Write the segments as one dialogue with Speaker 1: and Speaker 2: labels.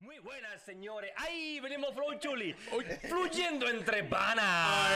Speaker 1: Muy buenas, señores. Ahí venimos Flow Chuli. Fluyendo entre panas.
Speaker 2: ah,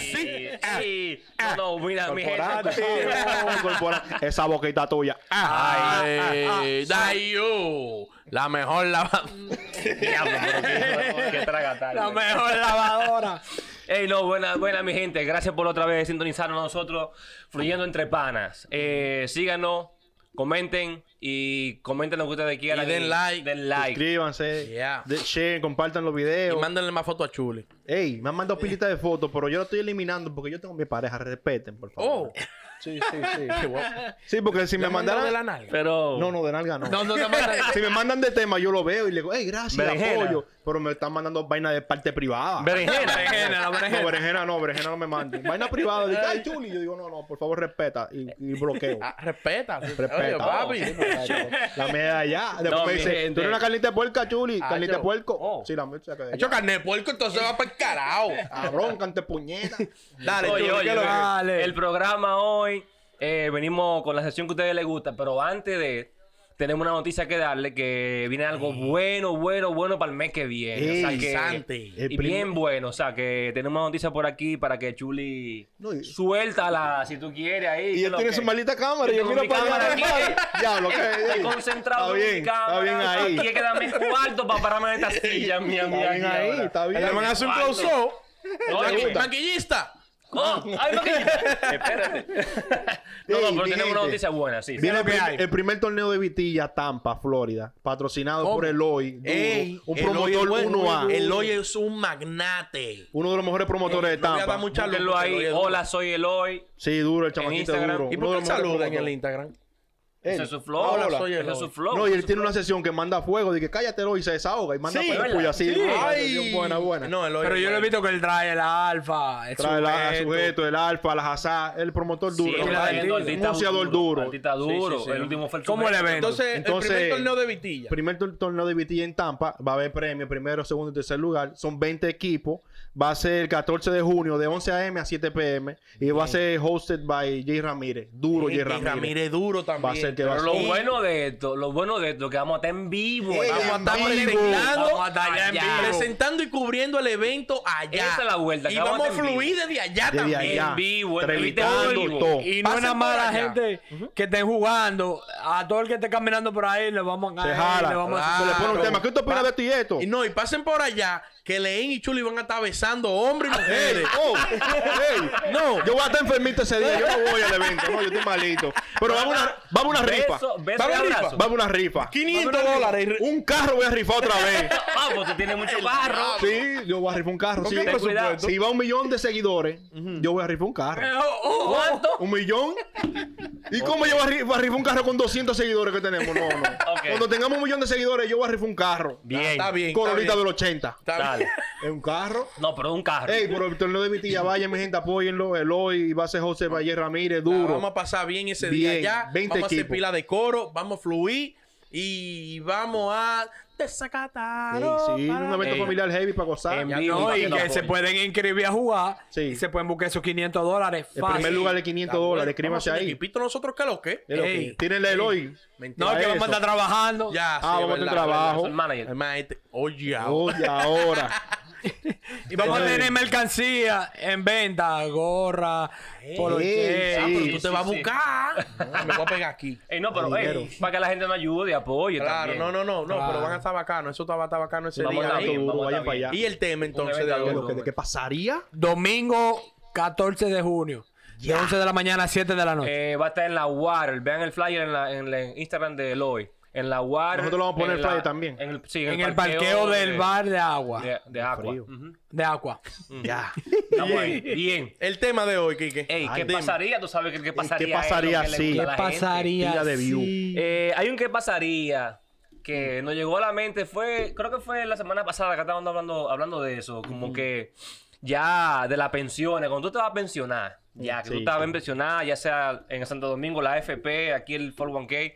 Speaker 2: sí, ah,
Speaker 1: sí. No, no, mira, mi gente.
Speaker 2: Corporante, vamos, corpora- Esa boquita tuya. Ah,
Speaker 3: Ay, Dayu, la mejor lava-
Speaker 1: Diablo, pero qué- qué tragatal.
Speaker 3: la mejor lavadora.
Speaker 1: Ey, no, buena, buena, mi gente. Gracias por otra vez sintonizarnos nosotros, fluyendo entre panas. Eh, síganos, comenten y comenten lo que ustedes quieran.
Speaker 3: Y den like.
Speaker 1: Den like.
Speaker 2: Suscríbanse,
Speaker 3: Yeah.
Speaker 2: de- share, compartan los
Speaker 3: Y Eh.
Speaker 2: videos.
Speaker 3: mándenle más fotos a Chuli.
Speaker 2: Ey, me han mandado pilitas de fotos, pero yo lo estoy eliminando porque yo tengo mi pareja. Respeten, por
Speaker 3: Oh.
Speaker 2: favor. Sí, sí, sí. Sí, porque si me mandaran.
Speaker 3: de la nalga.
Speaker 1: Pero.
Speaker 2: No, no, de nalga no.
Speaker 3: No, no te mandan.
Speaker 2: Si me mandan de tema, yo lo veo y le digo, hey, gracias,
Speaker 1: Berenjena.
Speaker 2: apoyo. Pero me están mandando vaina de parte privada.
Speaker 1: Berenjena.
Speaker 3: Berenjena, la
Speaker 2: No,
Speaker 3: berenjena.
Speaker 2: berenjena no, berenjena no me manden. Vaina privada. Dice, ay, Chuli. Yo digo, no, no, por favor, respeta. Y, y bloqueo.
Speaker 3: Ah, respeta. Oh.
Speaker 2: Respeta.
Speaker 3: Oye, papi.
Speaker 2: Sí, no, claro. La media allá. Después
Speaker 1: No,
Speaker 2: me
Speaker 1: mi
Speaker 2: dice,
Speaker 1: gente.
Speaker 2: tú eres una carnita de puerca, Chuli.
Speaker 3: Ah,
Speaker 2: Carnita
Speaker 3: yo.
Speaker 2: de puerco.
Speaker 1: Oh.
Speaker 2: Sí, la mecha que de
Speaker 3: Hecho
Speaker 2: allá.
Speaker 3: carne de puerco, entonces va para el carajo.
Speaker 2: Cabrón, cante puñeta.
Speaker 3: Dale,
Speaker 1: Oye,
Speaker 3: Chuli,
Speaker 1: oye,
Speaker 3: ¿qué lo
Speaker 1: oye,
Speaker 3: que-
Speaker 1: el programa hoy eh, venimos con la sesión que a ustedes les gusta, pero antes de tenemos una noticia que darle que viene algo bueno, bueno, bueno para el mes que viene. o sea
Speaker 2: Ey,
Speaker 1: que-
Speaker 3: Sante.
Speaker 1: y bien bueno, o sea que tenemos una noticia por aquí para que Chuli
Speaker 2: No, y-
Speaker 1: suéltala si tú quieres ahí.
Speaker 2: Y
Speaker 1: que
Speaker 2: él
Speaker 1: lo
Speaker 2: tiene
Speaker 1: que-
Speaker 2: su maldita cámara. Y yo
Speaker 1: Yo tengo
Speaker 2: miro
Speaker 1: mi
Speaker 2: para
Speaker 1: cámara aquí,
Speaker 2: allá.
Speaker 1: eh.
Speaker 2: Diablo, ¿qué?
Speaker 1: Estoy
Speaker 2: Ey.
Speaker 1: concentrado
Speaker 2: Está
Speaker 1: en mi
Speaker 2: bien,
Speaker 1: cámara.
Speaker 2: está bien ahí.
Speaker 1: Tiene que darme cuarto para pararme en esta silla, mi amiga.
Speaker 2: Está bien
Speaker 1: aquí
Speaker 2: ahí,
Speaker 1: ahora.
Speaker 2: está bien.
Speaker 3: Le van a hacer un close-up.
Speaker 1: No,
Speaker 3: Maqui-
Speaker 1: dime.
Speaker 3: Maquillista.
Speaker 1: ¡Oh! ¡Ay, no! que- Espérate. No, no,
Speaker 2: Ey,
Speaker 1: pero tenemos
Speaker 2: mi gente.
Speaker 1: una noticia buena, sí.
Speaker 2: Viene el,
Speaker 3: ¿Qué es lo que
Speaker 2: prim-
Speaker 3: hay?
Speaker 2: el primer torneo de Vitilla, Tampa, Florida, patrocinado
Speaker 3: ¿Cómo?
Speaker 2: por Eloy, duro,
Speaker 3: Ey,
Speaker 2: un
Speaker 3: el hoyo es
Speaker 2: promotor
Speaker 3: bueno,
Speaker 2: 1A,
Speaker 3: El hoyo es un magnate.
Speaker 2: uno de los mejores promotores
Speaker 1: Eh,
Speaker 3: Ey,
Speaker 2: de
Speaker 3: no voy a
Speaker 2: Tampa.
Speaker 3: dar mucha-
Speaker 1: Búsquenlo ahí. Hola, soy Eloy.
Speaker 2: Sí, duro, el chamaquito
Speaker 1: Instagram.
Speaker 2: duro.
Speaker 3: ¿Y
Speaker 2: uno
Speaker 3: por qué
Speaker 2: de los
Speaker 3: él
Speaker 2: mejores
Speaker 3: saluda en el
Speaker 2: promotores.
Speaker 3: Instagram?
Speaker 1: Ese
Speaker 2: Él.
Speaker 1: es su flow.
Speaker 3: Hola,
Speaker 1: Ese
Speaker 3: soy
Speaker 1: es
Speaker 3: Eloy.
Speaker 1: su flow.
Speaker 2: No, y él tiene una sesión que manda fuego, dice que cállate Eloy y se desahoga y manda
Speaker 3: Sí,
Speaker 2: fuego y así.
Speaker 3: sí.
Speaker 2: Ay, buena, buena.
Speaker 3: No, el hoyo
Speaker 4: Pero
Speaker 3: es
Speaker 4: yo lo he
Speaker 3: bueno.
Speaker 4: visto que él trae el alfa, el
Speaker 2: Trae la- a
Speaker 4: sujeto.
Speaker 2: sujeto, el alfa, la hazá, el promotor
Speaker 1: Sí,
Speaker 2: duro.
Speaker 1: está
Speaker 2: el
Speaker 1: trayendo artista
Speaker 2: anunciador duro.
Speaker 1: Artista duro.
Speaker 3: sí, sí.
Speaker 1: El último fue el
Speaker 4: ¿Cómo
Speaker 1: sujeto.
Speaker 4: le ven?
Speaker 3: Entonces,
Speaker 2: Entonces-
Speaker 3: el primer torneo de Vitilla.
Speaker 2: Primer tor- torneo de BT en Tampa. Va a haber premio, primero, segundo y tercer lugar. Son 20 equipos. Va a ser el 14 de junio de 11 a.m. a 7 p.m. Y va a ser hosted by Jay Ramírez. Duro
Speaker 3: Y
Speaker 2: Jay Ramírez.
Speaker 3: Ramírez duro también.
Speaker 2: Va a ser que va a
Speaker 1: Pero lo
Speaker 2: ser.
Speaker 1: bueno de esto, lo bueno de esto, que vamos a estar en vivo.
Speaker 2: Ey,
Speaker 1: Vamos a
Speaker 2: en
Speaker 1: estar
Speaker 2: vivo.
Speaker 3: presentando.
Speaker 1: Vamos a estar allá en
Speaker 3: Allá.
Speaker 1: vivo.
Speaker 3: Presentando y cubriendo el evento allá.
Speaker 1: Esa es la vuelta,
Speaker 3: Y
Speaker 1: que vamos
Speaker 3: vamos a
Speaker 1: en vivo.
Speaker 3: fluir desde allá
Speaker 2: Desde
Speaker 3: también.
Speaker 2: allá.
Speaker 1: en vivo, en
Speaker 2: entrevistando
Speaker 1: vivo.
Speaker 2: todo.
Speaker 4: Y no es
Speaker 3: Pasen
Speaker 4: nada más
Speaker 3: por
Speaker 4: la
Speaker 3: allá.
Speaker 4: gente que estén jugando, a todo el que esté caminando por ahí le vamos a
Speaker 2: Se
Speaker 4: caer,
Speaker 2: jala.
Speaker 4: le vamos
Speaker 3: Ah,
Speaker 2: Se le pone un
Speaker 3: claro.
Speaker 2: tema. ¿Qué usted opina de esto y esto?
Speaker 3: Y no, y pasen por allá que Leín y Chuli van a estar besando hombres y
Speaker 2: Ey,
Speaker 3: mujeres.
Speaker 2: oh, ey,
Speaker 3: No.
Speaker 2: Yo voy a estar enfermito ese día. Yo no voy al evento. No, yo estoy malito. Pero vamos a una, vamos a una rifa.
Speaker 1: Beso, beso y
Speaker 2: vamos, a una rifa.
Speaker 1: abrazo.
Speaker 2: vamos a una rifa.
Speaker 3: 500 dólares.
Speaker 2: Un carro voy a rifar otra vez.
Speaker 1: Vamos, tú tienes mucho barro.
Speaker 2: Sí, yo voy a rifar un carro. Sí,
Speaker 1: Ten
Speaker 2: por
Speaker 1: cuidado.
Speaker 2: supuesto. Si va un millón de seguidores, yo voy a rifar un carro.
Speaker 1: ¿Cuánto?
Speaker 2: ¿Un millón? ¿Y cómo yo voy a ri- voy a rifar un carro con 200 seguidores que tenemos? No, no.
Speaker 1: Ok.
Speaker 2: Cuando tengamos un millón de seguidores, yo voy a rifar un carro.
Speaker 1: Bien.
Speaker 3: Está bien. está
Speaker 2: Corolita
Speaker 3: bien,
Speaker 2: del 80.
Speaker 3: está bien.
Speaker 1: Dale.
Speaker 2: ¿Es un carro?
Speaker 1: No, pero un carro.
Speaker 2: Ey, por el torneo de Vitilla, vaya, mi gente, apóyenlo. Eloy, va a ser José Valle Ramírez, duro.
Speaker 3: Vamos a pasar bien ese
Speaker 2: Bien,
Speaker 3: día allá.
Speaker 2: 20
Speaker 3: vamos a hacer
Speaker 2: equipos.
Speaker 3: pila de coro, vamos a fluir y vamos a desacatar.
Speaker 2: Ey, sí, un evento
Speaker 1: Ey.
Speaker 2: familiar heavy para gozar.
Speaker 1: En
Speaker 2: Ya,
Speaker 1: vivo,
Speaker 4: No,
Speaker 1: para
Speaker 4: y
Speaker 1: lo
Speaker 4: que se
Speaker 1: apoyen.
Speaker 4: pueden inscribir a jugar
Speaker 2: Sí.
Speaker 4: y se pueden buscar esos 500 dólares
Speaker 2: El
Speaker 4: fácil.
Speaker 2: primer lugar de 500 dólares, escríbase
Speaker 3: Escríbase
Speaker 2: ahí.
Speaker 3: Equipito nosotros que lo que.
Speaker 2: Es lo que-
Speaker 4: Ey.
Speaker 2: Tírenle a Eloy.
Speaker 3: Mentira.
Speaker 4: No, que vamos a
Speaker 2: eso.
Speaker 4: estar trabajando.
Speaker 3: Ya,
Speaker 2: Ah, vamos a tener trabajo.
Speaker 1: El manager.
Speaker 3: Además, este, oye, ahora.
Speaker 2: Oye, ahora.
Speaker 4: Y vamos a
Speaker 2: Ey.
Speaker 4: tener mercancía en venta, gorra, polo
Speaker 2: Ey,
Speaker 3: Ah,
Speaker 2: sí.
Speaker 3: pero tú te vas a
Speaker 1: sí.
Speaker 3: buscar. No, me voy a pegar aquí.
Speaker 1: Ey, no, pero
Speaker 2: Dinero.
Speaker 1: ey, para que la gente nos ayude, apoye
Speaker 3: Claro,
Speaker 1: también.
Speaker 3: no, no, no, no,
Speaker 4: Claro.
Speaker 3: pero van a estar bacano. Eso está- va a estar bacano ese
Speaker 1: Vamos
Speaker 3: día.
Speaker 1: a
Speaker 3: ahí.
Speaker 1: bien,
Speaker 2: duro,
Speaker 1: vamos a
Speaker 2: vayan
Speaker 1: estar
Speaker 2: para
Speaker 1: bien.
Speaker 2: allá.
Speaker 3: Y el tema entonces de
Speaker 1: evento
Speaker 3: hoy.
Speaker 2: Lo que- ¿De qué pasaría?
Speaker 4: Domingo 14 de junio, de 11 de la mañana a 7 de la noche.
Speaker 1: Eh, va a estar en la Water. Vean el flyer en, la, en la Instagram de Eloy. En la Water.
Speaker 2: Nosotros lo vamos a poner
Speaker 1: en
Speaker 2: el
Speaker 1: la-
Speaker 2: flyer también.
Speaker 1: En el, sí,
Speaker 4: en el parqueo
Speaker 1: de-
Speaker 4: del bar de agua.
Speaker 1: De, de Aqua.
Speaker 2: Frío.
Speaker 1: Ujú.
Speaker 4: De agua.
Speaker 2: Ya.
Speaker 1: Estamos ahí. Bien.
Speaker 3: El tema de hoy, Kike.
Speaker 1: Ey,
Speaker 2: Ay,
Speaker 1: ¿qué
Speaker 2: dime.
Speaker 1: pasaría? Tú sabes que el que pasaría. es lo
Speaker 2: pasaría
Speaker 1: que le
Speaker 2: si?
Speaker 1: gusta a
Speaker 2: ¿Qué
Speaker 1: la gente.
Speaker 4: pasaría
Speaker 2: Pila de view.
Speaker 4: si-
Speaker 1: Eh, hay un qué pasaría que
Speaker 2: Mm.
Speaker 1: nos llegó a la mente, fue, creo que fue la semana pasada que estábamos hablando, hablando de eso, como que ya de las pensiones, cuando tú te vas a pensionar, ya que
Speaker 2: Sí,
Speaker 1: tú te vas
Speaker 2: sí.
Speaker 1: a pensionar, ya sea en Santo Domingo, la AFP, aquí el 401k,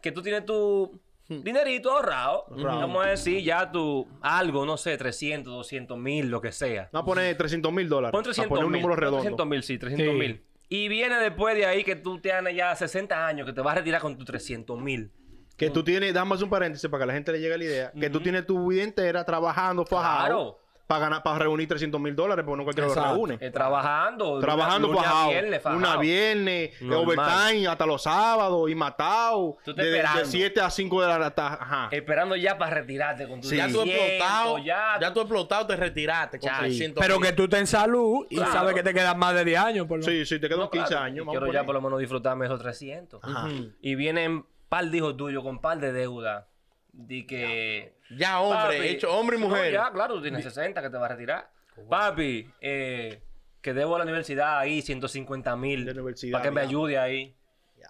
Speaker 1: que tú tienes tu
Speaker 2: Hmm.
Speaker 1: dinerito ahorrado,
Speaker 2: Ahorrado.
Speaker 1: vamos a decir ya tu algo, no sé, 300, 200 mil, lo que sea.
Speaker 2: Vamos a poner 300 mil dólares.
Speaker 1: Pon
Speaker 2: Vamos a
Speaker 1: 300
Speaker 2: poner un
Speaker 1: mil.
Speaker 2: número redondo.
Speaker 1: 300 mil, sí, 300 mil. Y viene después de ahí que tú tienes ya 60 años, que te vas a retirar con tus 300 mil.
Speaker 2: Que tú tienes, dame un paréntesis para que a la gente le llegue la idea, que tú tienes tu vida entera trabajando, fajado,
Speaker 1: Claro.
Speaker 2: para ganar, para reunir 300 mil dólares, porque no cualquiera
Speaker 4: Exacto.
Speaker 2: lo reúne.
Speaker 1: Eh, trabajando.
Speaker 2: Trabajando
Speaker 1: lunes a
Speaker 2: fajado,
Speaker 1: viernes, fajado.
Speaker 2: una viernes, eh,
Speaker 1: Normal.
Speaker 2: overtime, hasta los sábados, y matado,
Speaker 1: Tú estás
Speaker 2: de, de
Speaker 1: esperando. Eh,
Speaker 2: 7 a 5 de la tarde, ajá.
Speaker 1: Esperando ya para retirarte con tu
Speaker 2: Sí.
Speaker 3: Ya tú
Speaker 1: 300,
Speaker 3: explotado, ya,
Speaker 1: Ya,
Speaker 3: tú explotado, te retiraste con
Speaker 1: Ya, sí.
Speaker 3: 300
Speaker 4: Pero
Speaker 3: mil.
Speaker 4: que tú estés en salud y
Speaker 1: Claro.
Speaker 4: sabes que te quedan más de 10 años. Por lo-
Speaker 2: Sí, sí, te quedan
Speaker 1: No,
Speaker 2: 15
Speaker 1: claro,
Speaker 2: años.
Speaker 1: y
Speaker 2: vamos a
Speaker 1: Quiero ya
Speaker 2: poner.
Speaker 1: por lo menos disfrutarme esos 300.
Speaker 2: Ajá.
Speaker 1: Y vienen par de hijos tuyos con par de deuda. De que.
Speaker 3: Ya, hombre,
Speaker 1: Papi,
Speaker 3: hecho hombre y
Speaker 1: no,
Speaker 3: mujer. Oh,
Speaker 1: ya, claro, tú tienes 60 que te vas a retirar. Papi, eh, que debo a la universidad ahí 150 mil.
Speaker 2: De universidad,
Speaker 1: Para que me
Speaker 2: ya.
Speaker 1: ayude ahí.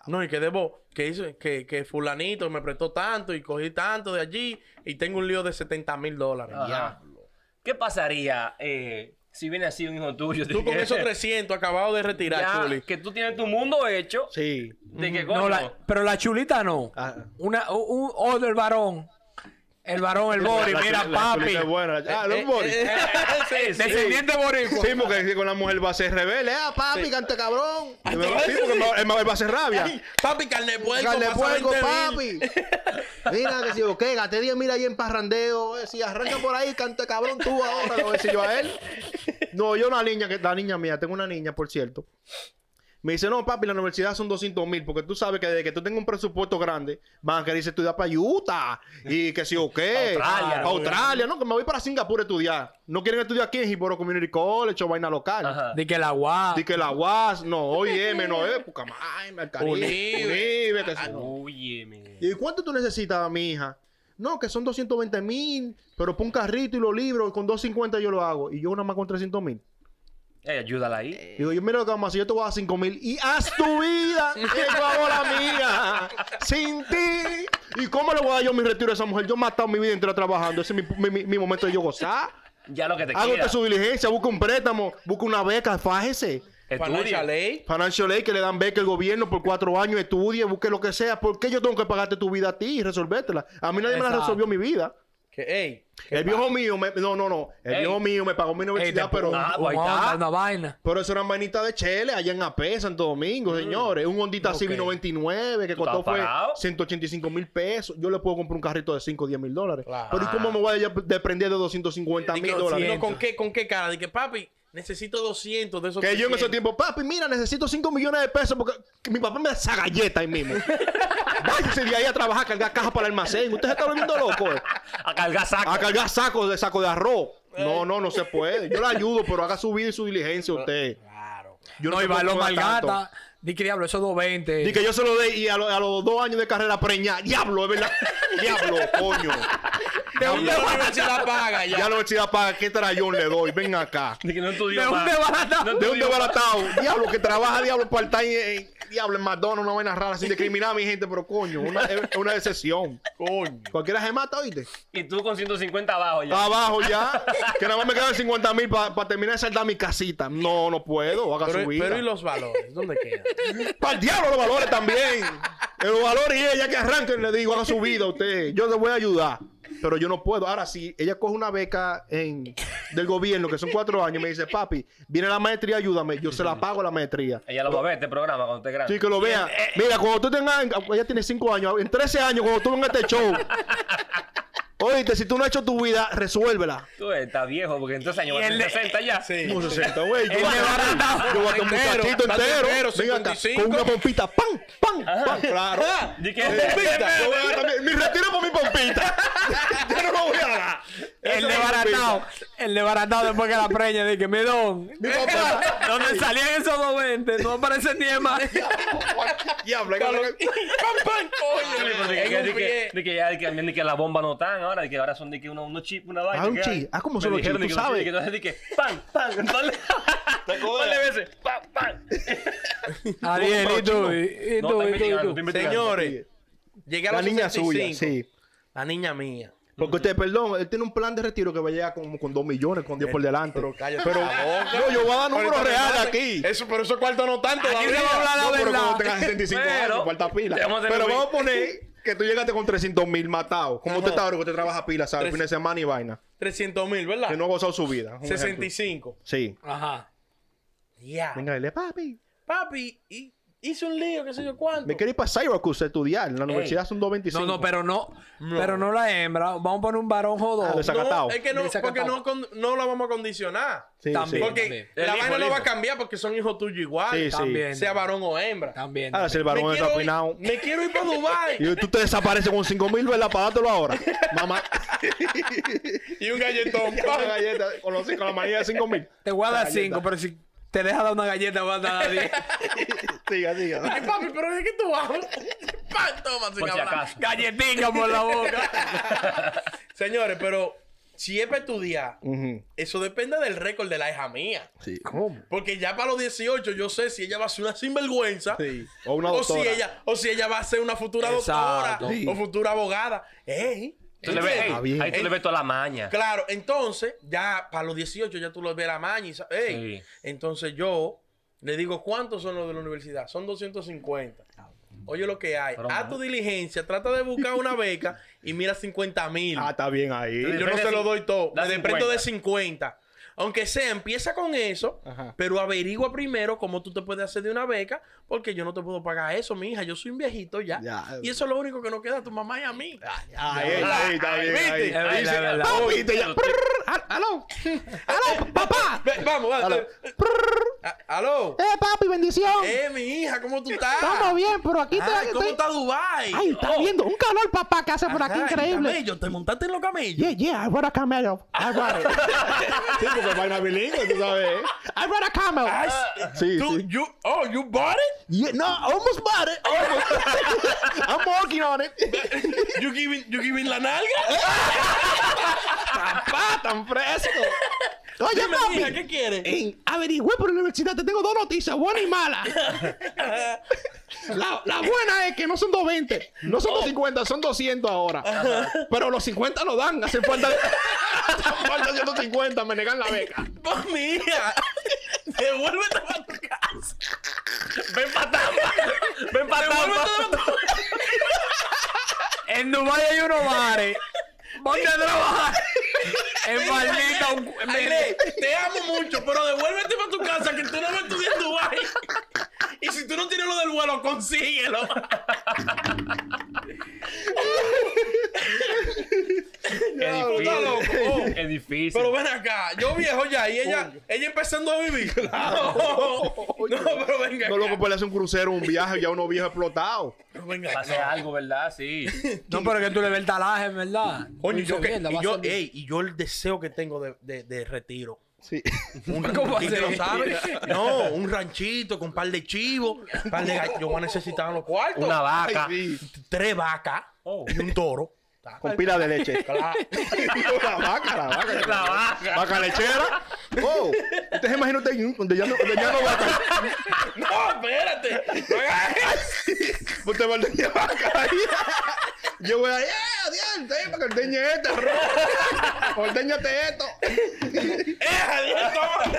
Speaker 3: No, y que debo, que hizo, que, que fulanito me prestó tanto y cogí tanto de allí y tengo un lío de 70 mil dólares.
Speaker 1: Ajá.
Speaker 3: Ya.
Speaker 1: ¿Qué pasaría eh, si viene así un hijo tuyo?
Speaker 3: Tú con esos 300 acabado de retirar,
Speaker 1: Ya,
Speaker 3: Chuli.
Speaker 1: que tú tienes tu mundo hecho.
Speaker 2: Sí.
Speaker 1: De que,
Speaker 4: No,
Speaker 1: coño,
Speaker 4: la- pero la chulita no.
Speaker 2: Ah.
Speaker 4: Una, un, un- o del varón. El varón, el bori,
Speaker 2: La-
Speaker 4: mira,
Speaker 2: la- la
Speaker 4: papi.
Speaker 2: chulita es buena.
Speaker 1: Eh,
Speaker 2: Ah,
Speaker 3: Eh,
Speaker 2: los boris.
Speaker 1: sí, sí.
Speaker 4: Descendiente boricua.
Speaker 2: Sí, porque con la mujer va a ser rebelde. Ah, papi, canta cabrón.
Speaker 1: Ah,
Speaker 2: Sí, porque el ma- el mujer va a ser rabia.
Speaker 3: Papi, carne de puerco,
Speaker 2: Carne de
Speaker 3: pasa
Speaker 2: puerco,
Speaker 3: 20 mil.
Speaker 2: papi. Mira que si yo, ¿qué? Gasté 10 mil ahí en parrandeo. eh, Si arranca por ahí, canta cabrón tú ahora, le voy a decir yo a él. No, yo una niña, que la niña mía, tengo una niña, por cierto. Me dice, no, papi, la universidad son 200 mil, porque tú sabes que desde que tú tengas un presupuesto grande, van a querer irse a estudiar para Utah y que si o qué.
Speaker 1: Australia.
Speaker 2: Para Australia, no, que me voy para Singapur a estudiar. No quieren estudiar aquí en Hiboro Community College o vaina local.
Speaker 1: Ajá.
Speaker 4: De que la guapa.
Speaker 2: Di que la UAS, no, OIM, no, eh, puca madre, el Caribe,
Speaker 3: Unive.
Speaker 2: Unive, que sí, no.
Speaker 1: Oye, mi-
Speaker 2: ¿Y cuánto tú necesitas, mi hija? No, que son 220 mil, pero pon un carrito y los libros, con 250 yo lo hago. Y yo nada más con 300 mil.
Speaker 1: Eh, ayúdala ahí.
Speaker 2: Digo, yo mira lo que vamos a hacer, yo te voy a dar 5 mil y haz tu vida, que yo hago la mía, sin ti. ¿Y cómo le voy a dar yo mi retiro a esa mujer? Yo he matado mi vida entera trabajando, ese es mi, mi- mi- mi momento de yo gozar.
Speaker 1: Ya lo que te
Speaker 2: Haga
Speaker 1: queda.
Speaker 2: usted su diligencia, busca un préstamo, busca una beca, fájese.
Speaker 1: Estudia.
Speaker 3: Financial aid.
Speaker 2: Financial aid que le dan beca el gobierno por cuatro años, estudie, busque lo que sea. ¿Por qué yo tengo que pagarte tu vida a ti y resolvértela? A mí nadie me la
Speaker 4: Exacto.
Speaker 2: resolvió mi vida.
Speaker 3: Que, ey,
Speaker 2: El viejo mío, me- no, no, no. El
Speaker 1: Ey.
Speaker 2: viejo mío me pagó mi
Speaker 4: Ey,
Speaker 2: universidad,
Speaker 4: te-
Speaker 2: pero,
Speaker 4: una-
Speaker 1: Ah,
Speaker 4: una
Speaker 1: ahí está.
Speaker 4: onda, una vaina.
Speaker 2: pero eso era vainita de chele allá en AP, Santo Domingo, señores. Un Hondita Civic 99 que
Speaker 1: ¿Tú
Speaker 2: costó
Speaker 1: estás
Speaker 2: fue
Speaker 1: parado?
Speaker 2: 185 mil pesos. Yo le puedo comprar un carrito de 5 o 10 mil dólares.
Speaker 3: Claro.
Speaker 2: Pero ¿y cómo me voy a ya desprender de 250
Speaker 3: di que,
Speaker 2: mil
Speaker 3: no,
Speaker 2: dólares?
Speaker 3: ¿con qué, ¿Con qué cara? Dije, papi, necesito 200 de esos
Speaker 2: Que yo en
Speaker 3: 300.
Speaker 2: ese tiempo, papi, mira, necesito 5 millones de pesos porque que mi papá me da esa galleta ahí mismo. Váyase de ahí a trabajar, a cargar cajas para el almacén. Usted se está volviendo loco, eh.
Speaker 1: A cargar saco.
Speaker 2: A cargar sacos de saco de arroz. No, no, no se puede. Yo le ayudo, pero haga su vida y su diligencia usted.
Speaker 3: Claro.
Speaker 2: Yo
Speaker 4: no,
Speaker 2: te
Speaker 4: y va
Speaker 2: puedo
Speaker 4: los
Speaker 2: cobrar tanto.
Speaker 4: malgata. Di que diablo, esos 220.
Speaker 2: Di que yo se lo dé y a, lo- a los dos años de carrera preñada. Diablo, es verdad. Diablo, coño.
Speaker 3: Ya la universidad paga
Speaker 2: Ya la
Speaker 3: ya.
Speaker 2: universidad paga, ¿qué trayón le doy? Ven acá.
Speaker 1: De que no estudió
Speaker 4: de un
Speaker 1: más.
Speaker 4: desbaratado.
Speaker 1: No
Speaker 2: De
Speaker 1: estudió
Speaker 2: un desbaratado. Diablo, que trabaja, diablo, part-time. en- diablo, en McDonald's, una vaina rara, sin discriminar a mi gente, pero coño, una, es una decepción.
Speaker 3: Coño.
Speaker 2: Cualquiera se mata, oíste.
Speaker 1: Y tú con 150 abajo ya.
Speaker 2: Abajo ya, que nada más me quedan 50 mil para terminar de saltar mi casita. No, no puedo, haga
Speaker 3: Pero,
Speaker 2: su vida.
Speaker 3: pero ¿y los valores? ¿Dónde quedan?
Speaker 2: Para el diablo los valores también. El valor y ella que arranquen, le digo, haga su vida usted. Yo le voy a ayudar. Pero yo no puedo. Ahora, si ella coge una beca en, del gobierno, que son cuatro años, y me dice, papi, viene la maestría, ayúdame. Yo se la pago la maestría.
Speaker 1: Ella lo va a ver este programa cuando esté grande.
Speaker 2: Sí, que lo vea. Mira, cuando tú tengas. Ella tiene 5 años. En 13 años, cuando tú vengas a este show. Oíste, si tú no has hecho tu vida, resuélvela.
Speaker 1: Tú estás viejo porque entonces años
Speaker 4: Y el de-
Speaker 1: 60 ya.
Speaker 3: Sí.
Speaker 2: No 60, güey. Yo
Speaker 4: El
Speaker 2: voy a
Speaker 4: desbaratado.
Speaker 2: yo voy a estar un
Speaker 3: Entero,
Speaker 2: muchachito
Speaker 3: tanto
Speaker 2: entero.
Speaker 3: entero,
Speaker 2: Venga acá,
Speaker 3: 55.
Speaker 2: con una pompita. ¡Pam! ¡Pam! ¡Pam! Ah, Claro.
Speaker 3: Ah,
Speaker 1: Di que-
Speaker 2: Con pompita. Yo voy a dar también- Mi retiro por mi pompita. Yo no lo voy a dar.
Speaker 4: El
Speaker 2: Esa es mi
Speaker 4: desbaratado.
Speaker 2: pompita.
Speaker 4: El desbaratado después que la preña. De que mi don.
Speaker 2: Mi papá.
Speaker 4: Donde salían esos 220. No aparecen ni más.
Speaker 2: Diablo, hay que-
Speaker 1: Sí,
Speaker 3: Coño,
Speaker 1: porque
Speaker 3: en
Speaker 1: que-
Speaker 3: un
Speaker 1: de que-
Speaker 3: pie.
Speaker 1: de que ya de que- de que la bomba no están ahora, de que ahora son de que uno, unos chip, una vaina.
Speaker 2: Ah, un
Speaker 1: que hay.
Speaker 2: chip. Ah, ¿cómo
Speaker 1: Me
Speaker 2: son los
Speaker 1: dijeron de
Speaker 2: chips? Tú
Speaker 1: que
Speaker 2: sabes.
Speaker 1: unos chips, de que pan, pan, entonces-
Speaker 2: acuerdas?
Speaker 1: Dale veces, pan, pan.
Speaker 4: Adiel, y tú. Y y
Speaker 1: No,
Speaker 4: tú,
Speaker 1: está
Speaker 4: y tú, y
Speaker 1: investigando,
Speaker 4: tú.
Speaker 1: está investigando.
Speaker 3: Señores, llegué a
Speaker 2: La
Speaker 3: los
Speaker 2: niña suya,
Speaker 3: 65.
Speaker 2: sí.
Speaker 3: La niña mía.
Speaker 2: Porque usted, perdón, él tiene un plan de retiro que va a llegar como con 2 millones, con 10 por delante.
Speaker 3: Pero cállate
Speaker 2: Pero-
Speaker 3: la boca.
Speaker 2: no, yo voy a dar números
Speaker 3: Ahorita me
Speaker 2: reales
Speaker 3: matan.
Speaker 2: aquí.
Speaker 3: Eso, pero esos cuartos no tanto
Speaker 4: Aquí se va a hablar
Speaker 2: No,
Speaker 4: la
Speaker 2: pero cuando
Speaker 4: verdad.
Speaker 2: tengas 65
Speaker 1: Pero-
Speaker 2: años, falta pila.
Speaker 1: Te vamos a
Speaker 2: Pero
Speaker 1: tener un-
Speaker 2: vamos a poner que tú llegaste con 300 mil matado. Como usted está ahora, que usted trabaja pila, ¿sabes? El
Speaker 3: Tres-
Speaker 2: fin de semana y vaina.
Speaker 3: 300 mil, ¿verdad?
Speaker 2: Que no ha gozado su vida. un
Speaker 3: 65.
Speaker 2: ejemplo. Sí.
Speaker 4: Ajá.
Speaker 3: Ya.
Speaker 2: Venga, dile, papi.
Speaker 3: Papi, y Hice un lío, qué sé yo cuánto.
Speaker 2: Me quiero ir para Syracuse a estudiar. En la universidad son 2.25.
Speaker 4: No, no, pero no, Pero no la hembra. Vamos a poner un varón
Speaker 2: Ah,
Speaker 4: jodón.
Speaker 2: de esa- desacatado.
Speaker 3: No, es que no,
Speaker 4: Desacatado.
Speaker 3: porque no, con- no la vamos a condicionar.
Speaker 2: Sí,
Speaker 4: también.
Speaker 2: sí.
Speaker 3: Porque
Speaker 1: El
Speaker 3: la
Speaker 1: hijo,
Speaker 3: vaina
Speaker 1: el
Speaker 3: no va a
Speaker 1: hijo.
Speaker 3: cambiar porque son hijos tuyos igual.
Speaker 2: Sí, sí.
Speaker 4: También.
Speaker 3: Sea varón o hembra.
Speaker 4: También.
Speaker 2: Ahora si el varón
Speaker 3: me,
Speaker 2: es
Speaker 3: quiero
Speaker 2: desafinado.
Speaker 3: ir, me quiero ir para Dubai
Speaker 2: Y tú te desapareces con 5 mil, ¿verdad? Pagátelo ahora. Mamá.
Speaker 3: y un galletón.
Speaker 2: Ya, una galleta con, los, con la manía de 5 mil.
Speaker 4: Te voy a dar
Speaker 2: Galleta.
Speaker 4: cinco, pero si te deja dar una galleta, voy a dar diez.
Speaker 2: Siga, siga.
Speaker 3: Ay, papi, pero es que tú vas. Pan, toma, sin
Speaker 1: Por si
Speaker 3: hablar.
Speaker 1: acaso.
Speaker 4: Galletica por la boca.
Speaker 3: Señores, pero si es para estudiar,
Speaker 2: Ujú.
Speaker 3: eso depende del récord de la hija mía.
Speaker 2: Sí.
Speaker 4: ¿Cómo?
Speaker 3: Porque ya para los 18 yo sé si ella va a ser una sinvergüenza.
Speaker 2: Sí. O una
Speaker 3: si
Speaker 2: doctora.
Speaker 3: ella, o si ella va a ser una futura
Speaker 4: Exacto.
Speaker 3: doctora
Speaker 2: Sí.
Speaker 3: o futura abogada. Ey,
Speaker 1: Tú le
Speaker 3: ¿entiendes?
Speaker 1: ves,
Speaker 2: Ah,
Speaker 1: ey,
Speaker 2: bien.
Speaker 1: eh, ahí tú le ves toda la maña.
Speaker 3: Claro, entonces, ya para los 18 ya tú lo ves la maña y sabes,
Speaker 1: Sí.
Speaker 3: entonces yo le digo, ¿cuántos son los de la universidad? Son 250. Oye, lo que hay.
Speaker 1: Ah, Pero,
Speaker 3: Haz
Speaker 1: mano.
Speaker 3: tu diligencia, trata de buscar una beca y mira 50 mil.
Speaker 2: Ah, está bien
Speaker 1: Sí.
Speaker 2: ahí.
Speaker 3: Yo no se lo doy todo,
Speaker 1: Da
Speaker 3: me desprendo de 50. Aunque sea, empieza con eso,
Speaker 2: Ajá.
Speaker 3: pero averigua primero cómo tú te puedes hacer de una beca, porque yo no te puedo pagar eso, mi hija. Yo soy un viejito ya.
Speaker 2: Ya.
Speaker 3: Y eso es lo único que nos queda a tu mamá y a mí.
Speaker 2: Ahí, ahí, está bien.
Speaker 3: ¿Viste?
Speaker 2: ahí.
Speaker 4: Es verdad,
Speaker 2: Ahí
Speaker 4: es
Speaker 2: se-
Speaker 4: verdad.
Speaker 2: Papi, te llama. Prrr, al- Aló. Aló, papá.
Speaker 3: Ve, vamos, vamos.
Speaker 2: Aló. Prrr.
Speaker 3: A- Aló.
Speaker 2: Eh, papi, bendición.
Speaker 3: Eh, mi hija, ¿cómo tú estás?
Speaker 2: Estamos bien, pero aquí
Speaker 3: Ay,
Speaker 2: te-
Speaker 3: ¿Cómo
Speaker 2: estoy-
Speaker 3: está Dubai?
Speaker 2: Ay, está viendo un calor, papá, que hace por aquí increíble.
Speaker 3: Camello, te montaste en los camellos.
Speaker 2: Yeah, yeah, I brought a camel. I brought it. Ah. Sí, porque vaina bilingüe, tú sabes. I brought a camel.
Speaker 3: Ay, s-
Speaker 2: Sí,
Speaker 3: tú-
Speaker 2: sí.
Speaker 3: you- oh, you bought it?
Speaker 2: Yeah, no, almost bought it. Almost. I'm working on it.
Speaker 3: You giving, you giving la nalga?
Speaker 2: Papá, tan fresco. Oye,
Speaker 3: Dime,
Speaker 2: papi.
Speaker 3: mija, ¿qué quieres?
Speaker 2: En averigüé por la universidad, te tengo dos noticias, buena y mala. La, la buena es que no son 220, no son 250, son 200 ahora. Pero los 50 no dan, hacen falta, hacen falta 150, me negan la beca.
Speaker 3: Pues mi hija, devuélvete para tu casa.
Speaker 1: Ven para Tampa. Ven para
Speaker 3: Devuélvete
Speaker 1: Tampa.
Speaker 3: para tu
Speaker 4: En Dubai hay unos bares. Ponte a trabajar. En maldita un.
Speaker 3: Ailé, te amo mucho, pero devuélvete para tu casa que tú no vas a estudiar en Dubai. Y si tú no tienes lo del vuelo, consíguelo.
Speaker 1: Es
Speaker 3: Tú estás loco.
Speaker 1: difícil. eh,
Speaker 3: Oh.
Speaker 1: Es difícil.
Speaker 3: Pero ven acá, yo viejo ya, y ella, ella empezando a vivir. No, pero venga.
Speaker 2: No,
Speaker 3: acá.
Speaker 2: loco, puede hacer un crucero, un viaje, ya uno viejo explotado.
Speaker 3: Pero venga.
Speaker 1: Pase
Speaker 3: acá.
Speaker 1: algo, ¿verdad? Sí.
Speaker 4: No, pero que tú le ves el talaje, en verdad.
Speaker 3: Coño,
Speaker 4: Tú
Speaker 3: yo
Speaker 4: dices,
Speaker 3: que-
Speaker 4: mierda, va
Speaker 3: y
Speaker 4: a
Speaker 3: yo,
Speaker 4: ser-
Speaker 3: ey, y yo el deseo que tengo de, de- de retiro.
Speaker 2: Sí.
Speaker 3: Un,
Speaker 4: ¿Cómo
Speaker 3: y que
Speaker 4: así?
Speaker 3: lo sabe. No, un ranchito con un par de chivos, un par de gall- Yo voy a necesitar los cuartos.
Speaker 1: Una vaca.
Speaker 2: Ay, sí.
Speaker 3: Tres vacas
Speaker 1: Oh.
Speaker 3: y un toro.
Speaker 2: Con pila de leche.
Speaker 3: Claro.
Speaker 2: la vaca, la vaca.
Speaker 1: La vaca.
Speaker 2: Vaca lechera. Oh, usted se imagina usted mm, donde ya no, donde ya no vaca.
Speaker 3: No, espérate. No hagas eso.
Speaker 2: Usted va a ordeñar vaca ahí. Yo voy a, eh, Adiel, ten, para que ordeñe este arroz. Ordeñate este esto.
Speaker 3: Eh, adiós, toma.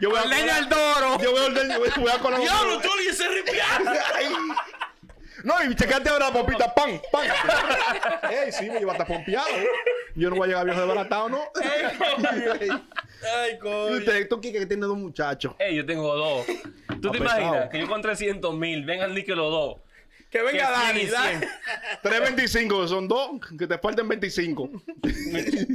Speaker 2: Yo voy a
Speaker 4: Ordeña
Speaker 2: colar-
Speaker 4: el toro.
Speaker 2: Yo voy a ordeñar, voy a- voy a colar un-
Speaker 3: Diablo, tú le hice ripiar.
Speaker 2: Ay. No, y checate ahora la papita, pan, pan. Ey, sí, me lleva hasta pompeado. ¿eh? Yo no voy a llegar viejo desbaratado, ¿no?
Speaker 3: Ay,
Speaker 2: Y
Speaker 3: coño.
Speaker 2: usted, tú Kike, que tiene dos muchachos.
Speaker 1: Ey, yo tengo dos. ¿Tú te
Speaker 2: Apretado.
Speaker 1: imaginas que yo con 300 mil vengan ni que los dos?
Speaker 3: Que venga
Speaker 1: Que
Speaker 3: Dani,
Speaker 1: cien y
Speaker 3: Dani.
Speaker 2: 3.25, son dos, que te falten 25.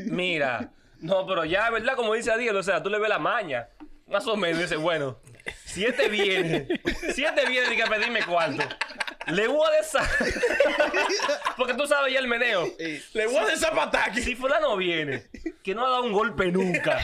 Speaker 1: Mira. No, pero ya, ¿verdad? Como dice Adiel, o sea, tú le ves la maña. Más o menos, dice, bueno, siete viene. Siete viene y que a pedirme cuánto. Le voy a desa. Porque tú sabes ya el meneo.
Speaker 3: Le voy a dar zapataki.
Speaker 1: Si fulano viene, que no ha dado un golpe nunca.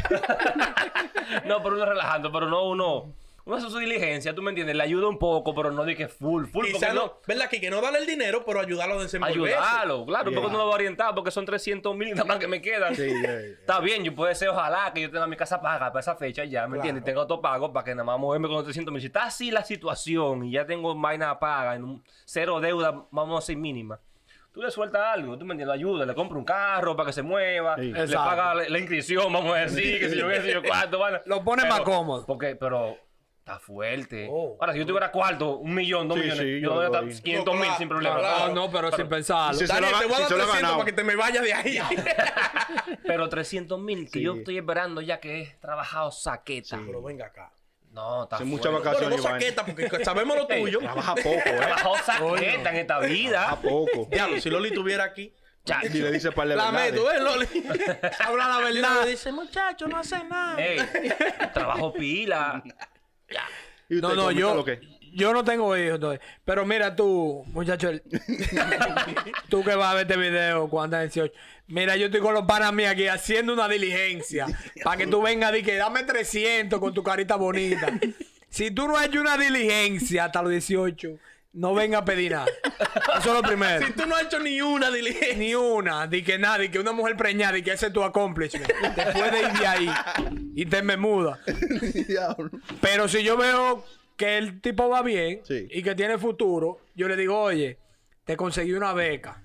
Speaker 1: no, pero uno relajando, pero no uno. Uno hace su diligencia, tú me entiendes, le ayuda un poco, pero no de que full, full, porque
Speaker 3: Quizás no,
Speaker 1: no.
Speaker 3: ¿verdad? Que, que no darle el dinero, pero ayudarlo a desenvolverse.
Speaker 1: Ayudarlo, claro,
Speaker 2: Bien.
Speaker 1: porque uno lo va a orientar, porque son 300 mil nada más que me quedan.
Speaker 2: Sí, yeah, yeah.
Speaker 1: Está bien, yo puede ser, ojalá que yo tenga mi casa paga para esa fecha ya, ¿me entiendes? Y Tenga otro pago para que nada más moverme con los 300 mil. Si está así la situación y ya tengo vaina paga, en un- cero deuda, vamos a decir mínima. Tú le sueltas algo, tú me entiendes, lo ayuda, le compra un carro para que se mueva,
Speaker 2: Sí.
Speaker 1: le
Speaker 4: Exacto.
Speaker 1: paga la, la inscripción, vamos a decir, que si yo qué sé yo cuánto, vaina.
Speaker 4: Lo pone
Speaker 1: Pero-
Speaker 4: más cómodo.
Speaker 1: Porque, pero está fuerte.
Speaker 3: Oh.
Speaker 1: Ahora, si yo tuviera cuarto, un millón, dos
Speaker 2: Sí,
Speaker 1: millones,
Speaker 2: sí,
Speaker 1: yo
Speaker 2: yo
Speaker 1: doy
Speaker 2: lo
Speaker 1: hasta
Speaker 2: doy.
Speaker 1: 500 mil
Speaker 3: No,
Speaker 1: sin problema.
Speaker 3: claro.
Speaker 4: No, no, pero sin pensarlo.
Speaker 2: Sí, sí.
Speaker 3: Daniel,
Speaker 2: Se lo
Speaker 3: te
Speaker 2: ha-
Speaker 3: voy a dar
Speaker 2: se lo ha
Speaker 3: 300
Speaker 2: ganado.
Speaker 3: para que te me vayas de ahí.
Speaker 1: Pero 300 mil que
Speaker 2: Sí.
Speaker 1: yo estoy esperando ya que he trabajado saqueta.
Speaker 3: Pero venga acá.
Speaker 1: No, está
Speaker 2: Hace muchas
Speaker 1: fuerte.
Speaker 3: Bueno, no
Speaker 2: vacaciones y vaina.
Speaker 3: saqueta, porque sabemos lo tuyo.
Speaker 2: Trabaja poco, ¿eh?
Speaker 1: Trabajó saqueta en esta vida.
Speaker 2: Trabaja poco.
Speaker 3: Diablo, si Loli estuviera aquí.
Speaker 1: Chacho.
Speaker 2: Y le dice par de
Speaker 3: La
Speaker 2: verdades.
Speaker 3: meto, ¿eh, Loli?
Speaker 4: Habla la verdad. Eh,
Speaker 3: Le dice, muchacho, no hace nada.
Speaker 1: Ey, trabajo pila.
Speaker 2: ¿Y usted
Speaker 4: No, no,
Speaker 2: comenta
Speaker 4: yo,
Speaker 2: lo que-
Speaker 4: yo no tengo hijos. entonces. Pero mira tú, muchacho, el- tú que vas a ver este video cuando andas 18. Mira, yo estoy con los panas míos aquí haciendo una diligencia para que tú vengas y que dame 300 con tu carita bonita. Si tú no has hecho una diligencia hasta los 18, no vengas a pedir nada. Eso es lo primero.
Speaker 3: Si tú no has hecho ni una diligencia.
Speaker 4: Ni una, di que nada, di que una mujer preñada, di que ese es tu accomplishment. Te puedes ir de ahí y te me muda.
Speaker 2: Diablo.
Speaker 4: Pero si yo veo que el tipo va bien
Speaker 2: Sí.
Speaker 4: y que tiene futuro, yo le digo, oye, te conseguí una beca.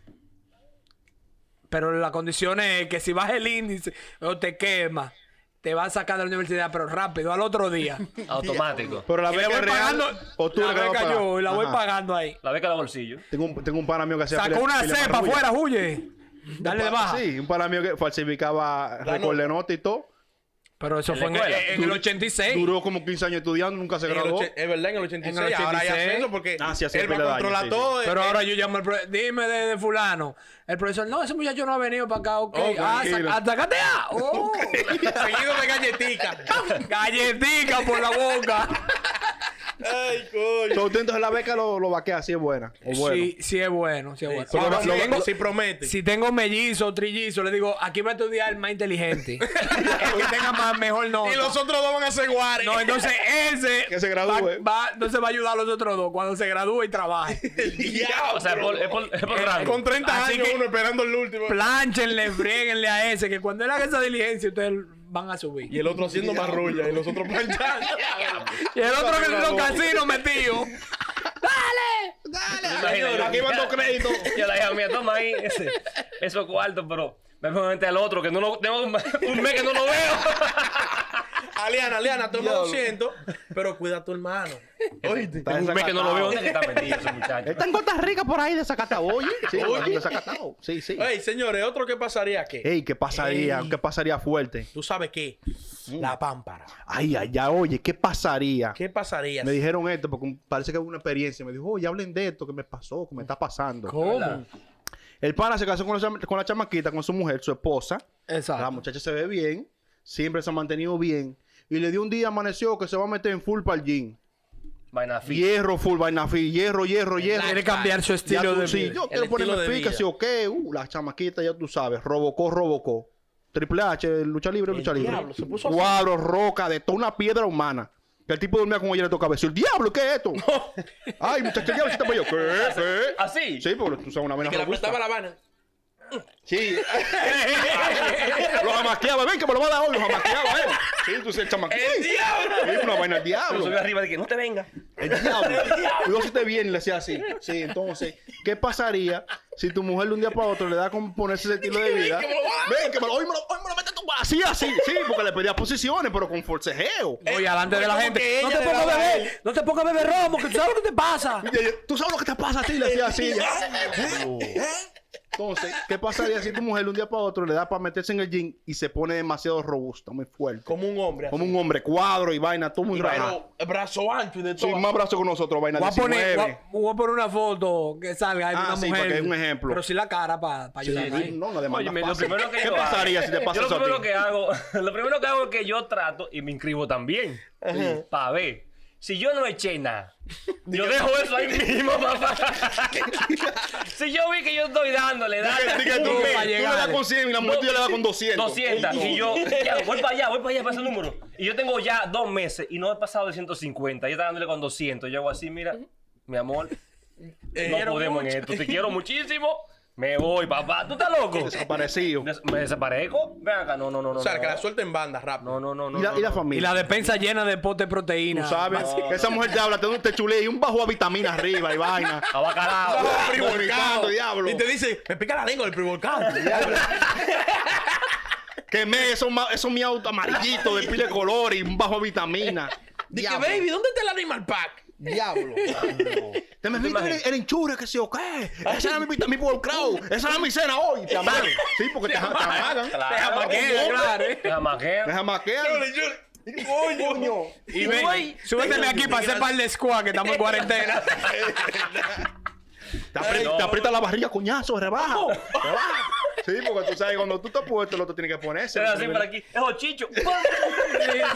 Speaker 4: Pero la condición es que si baja el índice o te quema, te van a sacar de la universidad, pero rápido, al otro día.
Speaker 1: Automático.
Speaker 2: Pero la
Speaker 4: y le
Speaker 2: beca
Speaker 4: voy
Speaker 2: es real.
Speaker 4: pagando,
Speaker 2: o tú
Speaker 4: la
Speaker 2: le vas a
Speaker 4: beca
Speaker 2: pagar.
Speaker 4: yo, y la voy
Speaker 2: Ajá.
Speaker 4: pagando ahí.
Speaker 1: La beca de bolsillo.
Speaker 2: Tengo un, tengo un pana mío que hacía.
Speaker 4: Sacó
Speaker 2: fila-
Speaker 4: una
Speaker 2: fila
Speaker 4: cepa
Speaker 2: marrulla.
Speaker 4: afuera, huye. Dale de
Speaker 2: Pa-
Speaker 4: baja.
Speaker 2: Sí, un pana mío que falsificaba récord de nota y todo.
Speaker 4: Pero eso
Speaker 1: En
Speaker 4: fue
Speaker 1: la
Speaker 4: en el,
Speaker 1: escuela.
Speaker 4: en el 86.
Speaker 2: Duró como 15 años estudiando, nunca se
Speaker 3: En el
Speaker 2: graduó.
Speaker 3: oche- es verdad, en el 86.
Speaker 4: En el
Speaker 3: Ahora hay
Speaker 4: 86.
Speaker 3: ascenso porque
Speaker 2: Ah, sí, hace
Speaker 3: él va
Speaker 2: pila de
Speaker 3: a controlar
Speaker 2: años, sí,
Speaker 3: todo.
Speaker 4: Pero
Speaker 3: eh,
Speaker 4: ahora yo llamo al profesor. Dime de, de fulano. El profesor, no, ese muchacho no ha venido para acá. Ok.
Speaker 3: Oh,
Speaker 4: ah,
Speaker 2: tranquilo.
Speaker 4: sa- atacate a. Oh.
Speaker 3: Seguido de galletica.
Speaker 4: Galletica por la boca.
Speaker 3: Ay, coño.
Speaker 2: So, usted entonces la beca lo, lo vaquea, si es buena. O bueno.
Speaker 4: Sí, sí es bueno, sí es bueno.
Speaker 3: Pero
Speaker 4: Ahora,
Speaker 3: lo-
Speaker 4: si,
Speaker 3: lo-
Speaker 4: tengo,
Speaker 3: si promete.
Speaker 4: si tengo mellizo o trillizo, le digo, aquí va a estudiar el más inteligente. el que tenga más, mejor no.
Speaker 3: y los otros dos van a ser guares.
Speaker 4: No, entonces ese
Speaker 2: Que se
Speaker 4: Va,
Speaker 2: gradúe.
Speaker 4: va- entonces va a ayudar a los otros dos cuando se gradúe y trabaje.
Speaker 3: Diablo.
Speaker 1: O sea, es por, es por, es
Speaker 2: Eh,
Speaker 1: por rango.
Speaker 3: con 30
Speaker 4: Así
Speaker 3: años
Speaker 4: que-
Speaker 3: uno esperando el último.
Speaker 4: Planchenle, frieguenle a ese, que cuando él haga esa diligencia, ustedes van a subir.
Speaker 3: Y el otro haciendo marrulla y los otros planchando.
Speaker 4: Y el otro que en los casinos metido.
Speaker 1: Imagínate,
Speaker 2: Aquí van dos créditos.
Speaker 1: Yo la dije, mira, toma ahí ese, esos cuartos, pero me pongo frente al otro que no lo, tengo un un mes que no lo veo.
Speaker 3: Aliana, Aliana, toma 200, pero cuida a tu hermano. Oíste.
Speaker 2: Está
Speaker 1: un mes que no lo veo.
Speaker 2: desacatado.
Speaker 1: ¿Dónde es que está metido ese muchacho?
Speaker 2: Está en Costa Rica por ahí, desacatado. Oye, sí, desacatado. Sí, sí.
Speaker 3: Ey, señores, otro que pasaría que.
Speaker 2: Ey, ¿qué pasaría?
Speaker 3: Ey.
Speaker 2: ¿Qué pasaría fuerte?
Speaker 3: ¿Tú sabes qué? La pámpara.
Speaker 2: Ay, ay, ya, oye, ¿qué pasaría?
Speaker 3: ¿Qué pasaría?
Speaker 2: Me dijeron esto porque un- parece que hubo una experiencia. Me dijo, oye, hablen de esto que me pasó, que me está pasando.
Speaker 4: ¿Cómo?
Speaker 2: El pana se casó con la, chama- con la chamaquita, con su mujer, su esposa. La
Speaker 4: Exacto.
Speaker 2: muchacha se ve bien, siempre se ha mantenido bien. Y le dio un día, amaneció, que se va a meter en full para el gym.
Speaker 1: Vaina fit.
Speaker 2: Hierro, full, vaina fit, hierro, hierro, hierro.
Speaker 4: Quiere cambiar su
Speaker 2: Ya
Speaker 4: estilo
Speaker 2: tú-
Speaker 4: de
Speaker 2: sí,
Speaker 4: vida.
Speaker 2: yo quiero
Speaker 3: estilo
Speaker 2: ponerme
Speaker 3: de
Speaker 2: pica,
Speaker 3: vida.
Speaker 2: sí, ok. Uh, la chamaquita, ya tú sabes. Robocó, robocó. Triple H, lucha libre, lucha libre.
Speaker 3: diablo, se puso a-
Speaker 2: Cuadro, roca, de toda una piedra humana. Que el tipo dormía con ella le tocaba decir, diablo, ¿qué es esto? Ay, muchacho, el diablo se te yo. ¿Qué? ¿Qué?
Speaker 1: ¿Así?
Speaker 2: Sí, porque tú sabes una vena
Speaker 3: Que le
Speaker 2: robusta.
Speaker 3: apretaba la habana.
Speaker 2: Sí. los jamaqueaba, ven que me lo va a dar hoy, los jamaqueaba, eh. Sí, tú sí, el chamaquito.
Speaker 3: ¡El diablo!
Speaker 2: Sí, una vaina, el
Speaker 1: Yo
Speaker 2: diablo.
Speaker 1: subí arriba de que no te venga.
Speaker 2: El diablo. Y vos si te bien, le hacía así. Sí, entonces, ¿qué pasaría si tu mujer de un día para otro le da con ponerse ese estilo de vida? Ven, que me lo, hoy me lo, hoy me lo mete tu Así, así, sí, porque le pedía posiciones, pero con forcejeo.
Speaker 4: Oye, adelante de la
Speaker 3: como que
Speaker 4: gente.
Speaker 3: ella
Speaker 4: No te
Speaker 3: le
Speaker 4: pongas a
Speaker 3: daba a
Speaker 4: beber. No te pongas a beber romo, que tú sabes lo que te pasa.
Speaker 2: Y ella, Tú sabes lo que te pasa a ti, le hacía así.
Speaker 3: ¿eh?
Speaker 2: Entonces, ¿qué pasaría si tu mujer de un día para otro le da para meterse en el gym y se pone demasiado robusta, muy fuerte?
Speaker 3: Como un hombre. así.
Speaker 2: Como un hombre cuadro y vaina, todo muy raro.
Speaker 3: Pero brazo ancho y de todo.
Speaker 2: Sí, más brazo que nosotros, vaina
Speaker 4: Voy a, poner,
Speaker 2: 19.
Speaker 4: voy, a, voy a poner una foto que salga de
Speaker 2: Ah,
Speaker 4: una
Speaker 2: sí,
Speaker 4: mujer.
Speaker 2: para que es un ejemplo.
Speaker 4: Pero sí la cara para
Speaker 2: Sí,
Speaker 4: ayudar. ahí.
Speaker 2: no, no, de más
Speaker 1: Oye,
Speaker 2: no
Speaker 1: lo
Speaker 2: pasa.
Speaker 1: primero que
Speaker 2: ¿Qué
Speaker 1: yo hago-
Speaker 2: pasaría si te
Speaker 1: Yo
Speaker 2: pasa
Speaker 1: lo
Speaker 2: eso a
Speaker 1: primero
Speaker 2: ti?
Speaker 1: que hago, lo primero que hago es que yo trato y me inscribo también. Para ver. Si yo no eché nada, yo dejo eso ahí mismo, papá. si yo vi que yo estoy dándole, dándole.
Speaker 2: Diga tú,
Speaker 4: Un
Speaker 2: tú
Speaker 4: mes.
Speaker 2: le das con 100 y la mujer
Speaker 1: No.
Speaker 2: tuya le da con 200.
Speaker 1: 200.
Speaker 2: No.
Speaker 1: Y yo, ya, voy para allá, voy para allá, para ese número. Y yo tengo ya dos meses y no he pasado de 150. Yo estaba dándole con 200. Yo hago así, mira, mi amor, no podemos en esto. Te quiero muchísimo. Me voy, papá. ¿Tú estás loco?
Speaker 2: Desaparecido.
Speaker 1: Des- ¿Me desaparezco? Ven acá, no, no, no, no.
Speaker 3: O sea,
Speaker 1: no.
Speaker 3: que la suelta en banda, rápido.
Speaker 1: No, no, no, no.
Speaker 2: y, la, y la
Speaker 1: no.
Speaker 4: Y
Speaker 2: familia.
Speaker 4: la despensa llena de pote de
Speaker 2: Tú
Speaker 4: proteína.
Speaker 2: sabes, esa mujer te habla, te, te chulea y un bajo a vitamina arriba y vaina.
Speaker 1: A bacalao.
Speaker 2: Brincando,
Speaker 3: Ah, Prevolcado.
Speaker 2: diablo.
Speaker 3: Y te dice, me pica la lengua el prevolcado.
Speaker 2: Quemé esos, ma- esos miau amarillitos de pile de color y un bajo a vitamina.
Speaker 3: Dije, baby, ¿dónde está el animal pack?
Speaker 2: Diablo. Te me viste el, el enchura que sí o qué. Esa era mi, vita- mi volcao. Esa era mi cena hoy. Te amagan. Sí, porque te, te amagan.
Speaker 1: Claro.
Speaker 4: Te jamaquea, Ah, claro, eh.
Speaker 1: Te jamaquea.
Speaker 2: Te jamaquean.
Speaker 3: Yo le- yo-
Speaker 5: Coño.
Speaker 4: Y ven, súbeteme aquí para hacer par de squad que estamos en cuarentena.
Speaker 2: Te, apri-
Speaker 1: Ay, no.
Speaker 2: te aprieta la barriga, coñazo, rebaja. rebaja. Sí, porque tú sabes, cuando tú te puesto, el otro tiene que ponerse.
Speaker 1: Se da así por aquí. Es ochicho.
Speaker 4: Sí,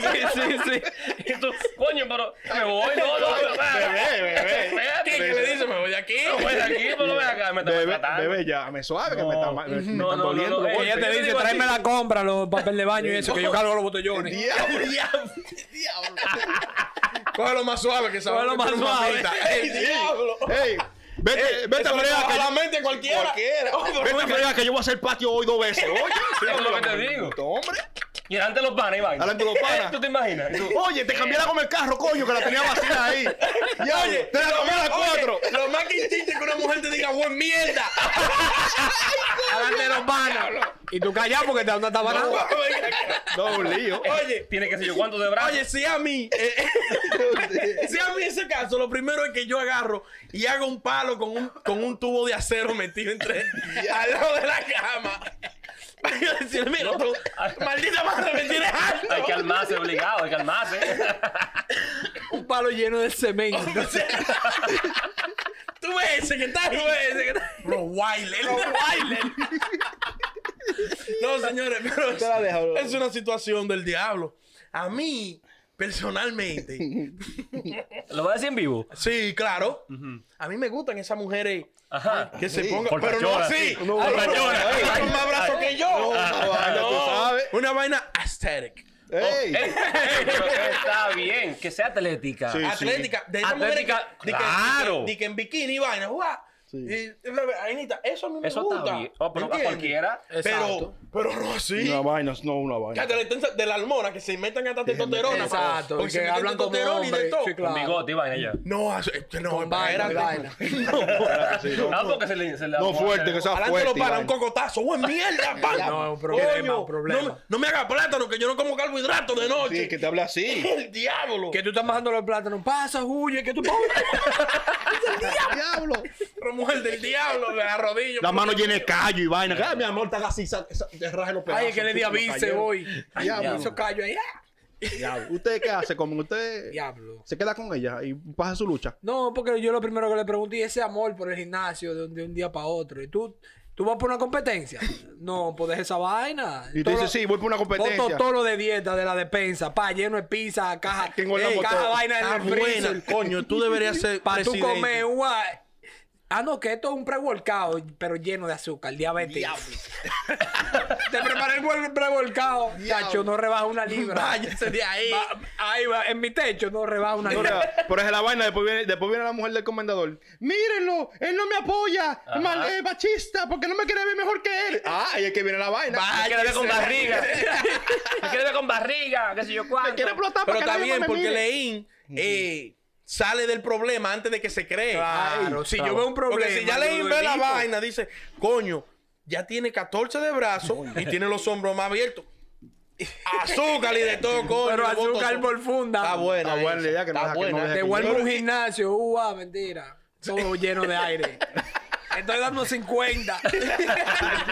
Speaker 4: sí, sí, sí.
Speaker 1: Y tú, coño, pero me voy, no, no, pero
Speaker 2: Bebé, bebé.
Speaker 1: Espérate,
Speaker 3: ¿Qué
Speaker 1: que
Speaker 3: le dice? Me voy de aquí.
Speaker 1: No voy de aquí, pero ven acá, me está
Speaker 2: Bebé,
Speaker 1: maltratando.
Speaker 2: bebé, ya, me suave, que me está ma- me, me
Speaker 1: No,
Speaker 2: están
Speaker 1: no, no,
Speaker 2: doliendo
Speaker 1: no,
Speaker 2: los
Speaker 1: eh,
Speaker 2: golpes.
Speaker 4: Ella te dice, tráeme la compra, los papel de baño y eso, que yo cargo los botellones.
Speaker 5: Diablo.
Speaker 3: Cógelo más suave que sabes.
Speaker 4: Cógelo
Speaker 3: que
Speaker 4: más
Speaker 3: tú eres
Speaker 4: suave.
Speaker 3: mamita. Ey,
Speaker 5: Diablo.
Speaker 2: Ey, vete, Eh, vete a
Speaker 3: Eso le
Speaker 2: fregar,
Speaker 3: baja
Speaker 2: que
Speaker 3: la
Speaker 2: yo,
Speaker 3: mente a cualquiera.
Speaker 5: Cualquiera.
Speaker 2: vete a fregar, que yo voy a hacer patio hoy dos veces. Oye, sí,
Speaker 1: Es lo que te
Speaker 2: hombre,
Speaker 1: digo.
Speaker 2: puto Hombre.
Speaker 1: Y delante de los panes, Iván.
Speaker 2: Delante de los panas.
Speaker 1: ¿Tú te imaginas? Y tú,
Speaker 2: Oye, te cambié la goma el carro, coño, que la tenía vacía ahí. Ya, oye, te la cambié a las cuatro.
Speaker 3: Oye, Lo más que instinto es que una mujer te diga, buen mierda.
Speaker 4: Adelante los panas. Y tú callás porque te da una tabanada.
Speaker 2: No, un lío.
Speaker 3: Oye,
Speaker 1: Tiene que ser yo cuánto de brazo.
Speaker 3: Oye, si a mí, eh, eh, si a mí ese caso, lo primero es que yo agarro y hago un palo con un, con un tubo de acero metido entre al lado de la cama. Para yo decirle, mira, tú, maldita madre, me tienes alto.
Speaker 1: hay que armarse obligado, hay que armarse.
Speaker 4: Un palo lleno de cemento.
Speaker 3: O sea, Tú ves ese que está, tú ves ese que está. Rottweiler. No, señores, pero es,
Speaker 5: Te la dejo, bro.
Speaker 3: es una situación del diablo. A mí, personalmente,
Speaker 1: ¿Lo vas a decir en vivo?
Speaker 3: sí, claro. A mí me gustan esas mujeres
Speaker 1: Ajá.
Speaker 3: que se pongan. Pero no
Speaker 1: Fortachona,
Speaker 3: así.
Speaker 1: sí.
Speaker 3: Ay,
Speaker 1: Fortachona.
Speaker 3: ay,
Speaker 1: Ay,
Speaker 3: con más brazo
Speaker 1: ay.
Speaker 3: que yo.
Speaker 2: No, vaya, tú sabes.
Speaker 3: Una vaina aesthetic.
Speaker 2: Ey.
Speaker 1: Ey, ey, pero está bien, que sea atlética.
Speaker 2: Sí.
Speaker 3: Atlética. De esas mujeres que,
Speaker 1: Atlética,
Speaker 3: de que-
Speaker 1: claro.
Speaker 3: de que- de que en bikini y vaina. guau. Y- Ainita, eso a mí me
Speaker 1: Eso
Speaker 3: gusta.
Speaker 1: está bien. Oh, pero a
Speaker 3: ¿entiendes?
Speaker 1: cualquiera.
Speaker 4: Exacto.
Speaker 3: Pero, pero no así.
Speaker 2: Una vaina, no una
Speaker 3: Ya,
Speaker 2: vaina.
Speaker 3: de, la, intensa- de la almona que se inventan hasta testosterona.
Speaker 4: Exacto,
Speaker 3: Porque
Speaker 4: y
Speaker 3: se
Speaker 4: que
Speaker 3: meten
Speaker 4: hablan como
Speaker 3: testosterona y de
Speaker 4: hombre,
Speaker 3: todo.
Speaker 4: sí,
Speaker 1: Con
Speaker 4: Claro.
Speaker 1: bigote, Iván, ella.
Speaker 3: No, eso- eh, no,
Speaker 4: vaina,
Speaker 3: espérate.
Speaker 4: vaina.
Speaker 1: Ah, porque se le... Se le
Speaker 2: No fuerte, que sea
Speaker 3: Adelante lo
Speaker 2: fuerte.
Speaker 3: para un
Speaker 2: Iván.
Speaker 3: cocotazo. ¡Buen mierda! pan!
Speaker 4: No, es un problema,
Speaker 3: Coño,
Speaker 4: un problema.
Speaker 3: No, me- no me haga plátano, que yo no como carbohidratos de noche.
Speaker 2: Sí, que te hable así.
Speaker 3: ¡El diablo!
Speaker 2: Oh.
Speaker 4: Que tú estás bajando los plátanos. Pasa, huye, que tú
Speaker 2: Diablo.
Speaker 3: Pero mujer del diablo, de la rodilla.
Speaker 2: La mano llena de callo y vaina. Ah, mi amor, te hagas así, sa- sa- te raje los pedazos.
Speaker 4: Ay, que le di a Vince hoy. Ay,
Speaker 2: Diablo.
Speaker 4: me hizo callo ahí. ah.
Speaker 2: Diablo. ¿Usted qué hace? Como usted
Speaker 4: Diablo.
Speaker 2: se queda con ella y pasa su lucha.
Speaker 4: No, porque yo lo primero que le pregunté, ¿y ese amor por el gimnasio de un, de un día para otro? ¿Y tú, tú vas por una competencia? No, pues deja esa vaina.
Speaker 2: Y tú
Speaker 4: Todo
Speaker 2: dices,
Speaker 4: lo-
Speaker 2: sí, voy por una competencia.
Speaker 4: Foto todo lo de dieta, de la despensa, pa, lleno de pizza,
Speaker 3: Ah,
Speaker 4: caja,
Speaker 2: Que engordamos
Speaker 4: eh, caja
Speaker 2: todo.
Speaker 4: vaina en
Speaker 3: Está
Speaker 4: el freezer.
Speaker 3: buena, coño. Tú deberías ser
Speaker 4: Para tú
Speaker 3: presidente.
Speaker 4: comer una... Ah, no, que esto es un pre-workout, pero lleno de azúcar, diabetes. Te preparé el buen pre-workout, chacho, no rebaja una libra.
Speaker 3: Váyase de ahí.
Speaker 4: Va- ahí va, en mi techo no rebaja una
Speaker 2: Pero,
Speaker 4: libra.
Speaker 2: pero es la vaina, después viene, después viene la mujer del comendador. Mírenlo, él no me apoya, mal, eh, machista, porque no me quiere ver mejor que él. Ah, y es que viene la vaina.
Speaker 1: Me quiere ver con barriga. Me quiere ver con barriga, qué sé yo
Speaker 2: Me quiere
Speaker 1: cuánto.
Speaker 2: explotar
Speaker 3: Pero
Speaker 2: para que
Speaker 3: está
Speaker 2: nadie
Speaker 3: bien,
Speaker 2: me
Speaker 3: porque
Speaker 2: mire.
Speaker 3: Leín eh, sale del problema antes de que se cree.
Speaker 4: Claro, si yo veo un problema.
Speaker 3: Porque si ya
Speaker 4: yo
Speaker 3: Leín
Speaker 4: lo
Speaker 3: ve la
Speaker 4: evito.
Speaker 3: vaina, dice, coño, ya tiene 14 de brazos y tiene los hombros más abiertos. Azúcar y de todo, coño.
Speaker 4: Pero
Speaker 3: le
Speaker 4: azúcar
Speaker 3: boto azúcar.
Speaker 4: por funda.
Speaker 3: Está buena.
Speaker 2: Está
Speaker 3: esa,
Speaker 2: buena Ah, la idea que no
Speaker 3: está
Speaker 2: deja que no
Speaker 3: buena.
Speaker 2: deja
Speaker 4: Te
Speaker 2: que-
Speaker 4: vuelvo a un gimnasio, uva, mentira. Todo lleno de aire. Estoy dando 50.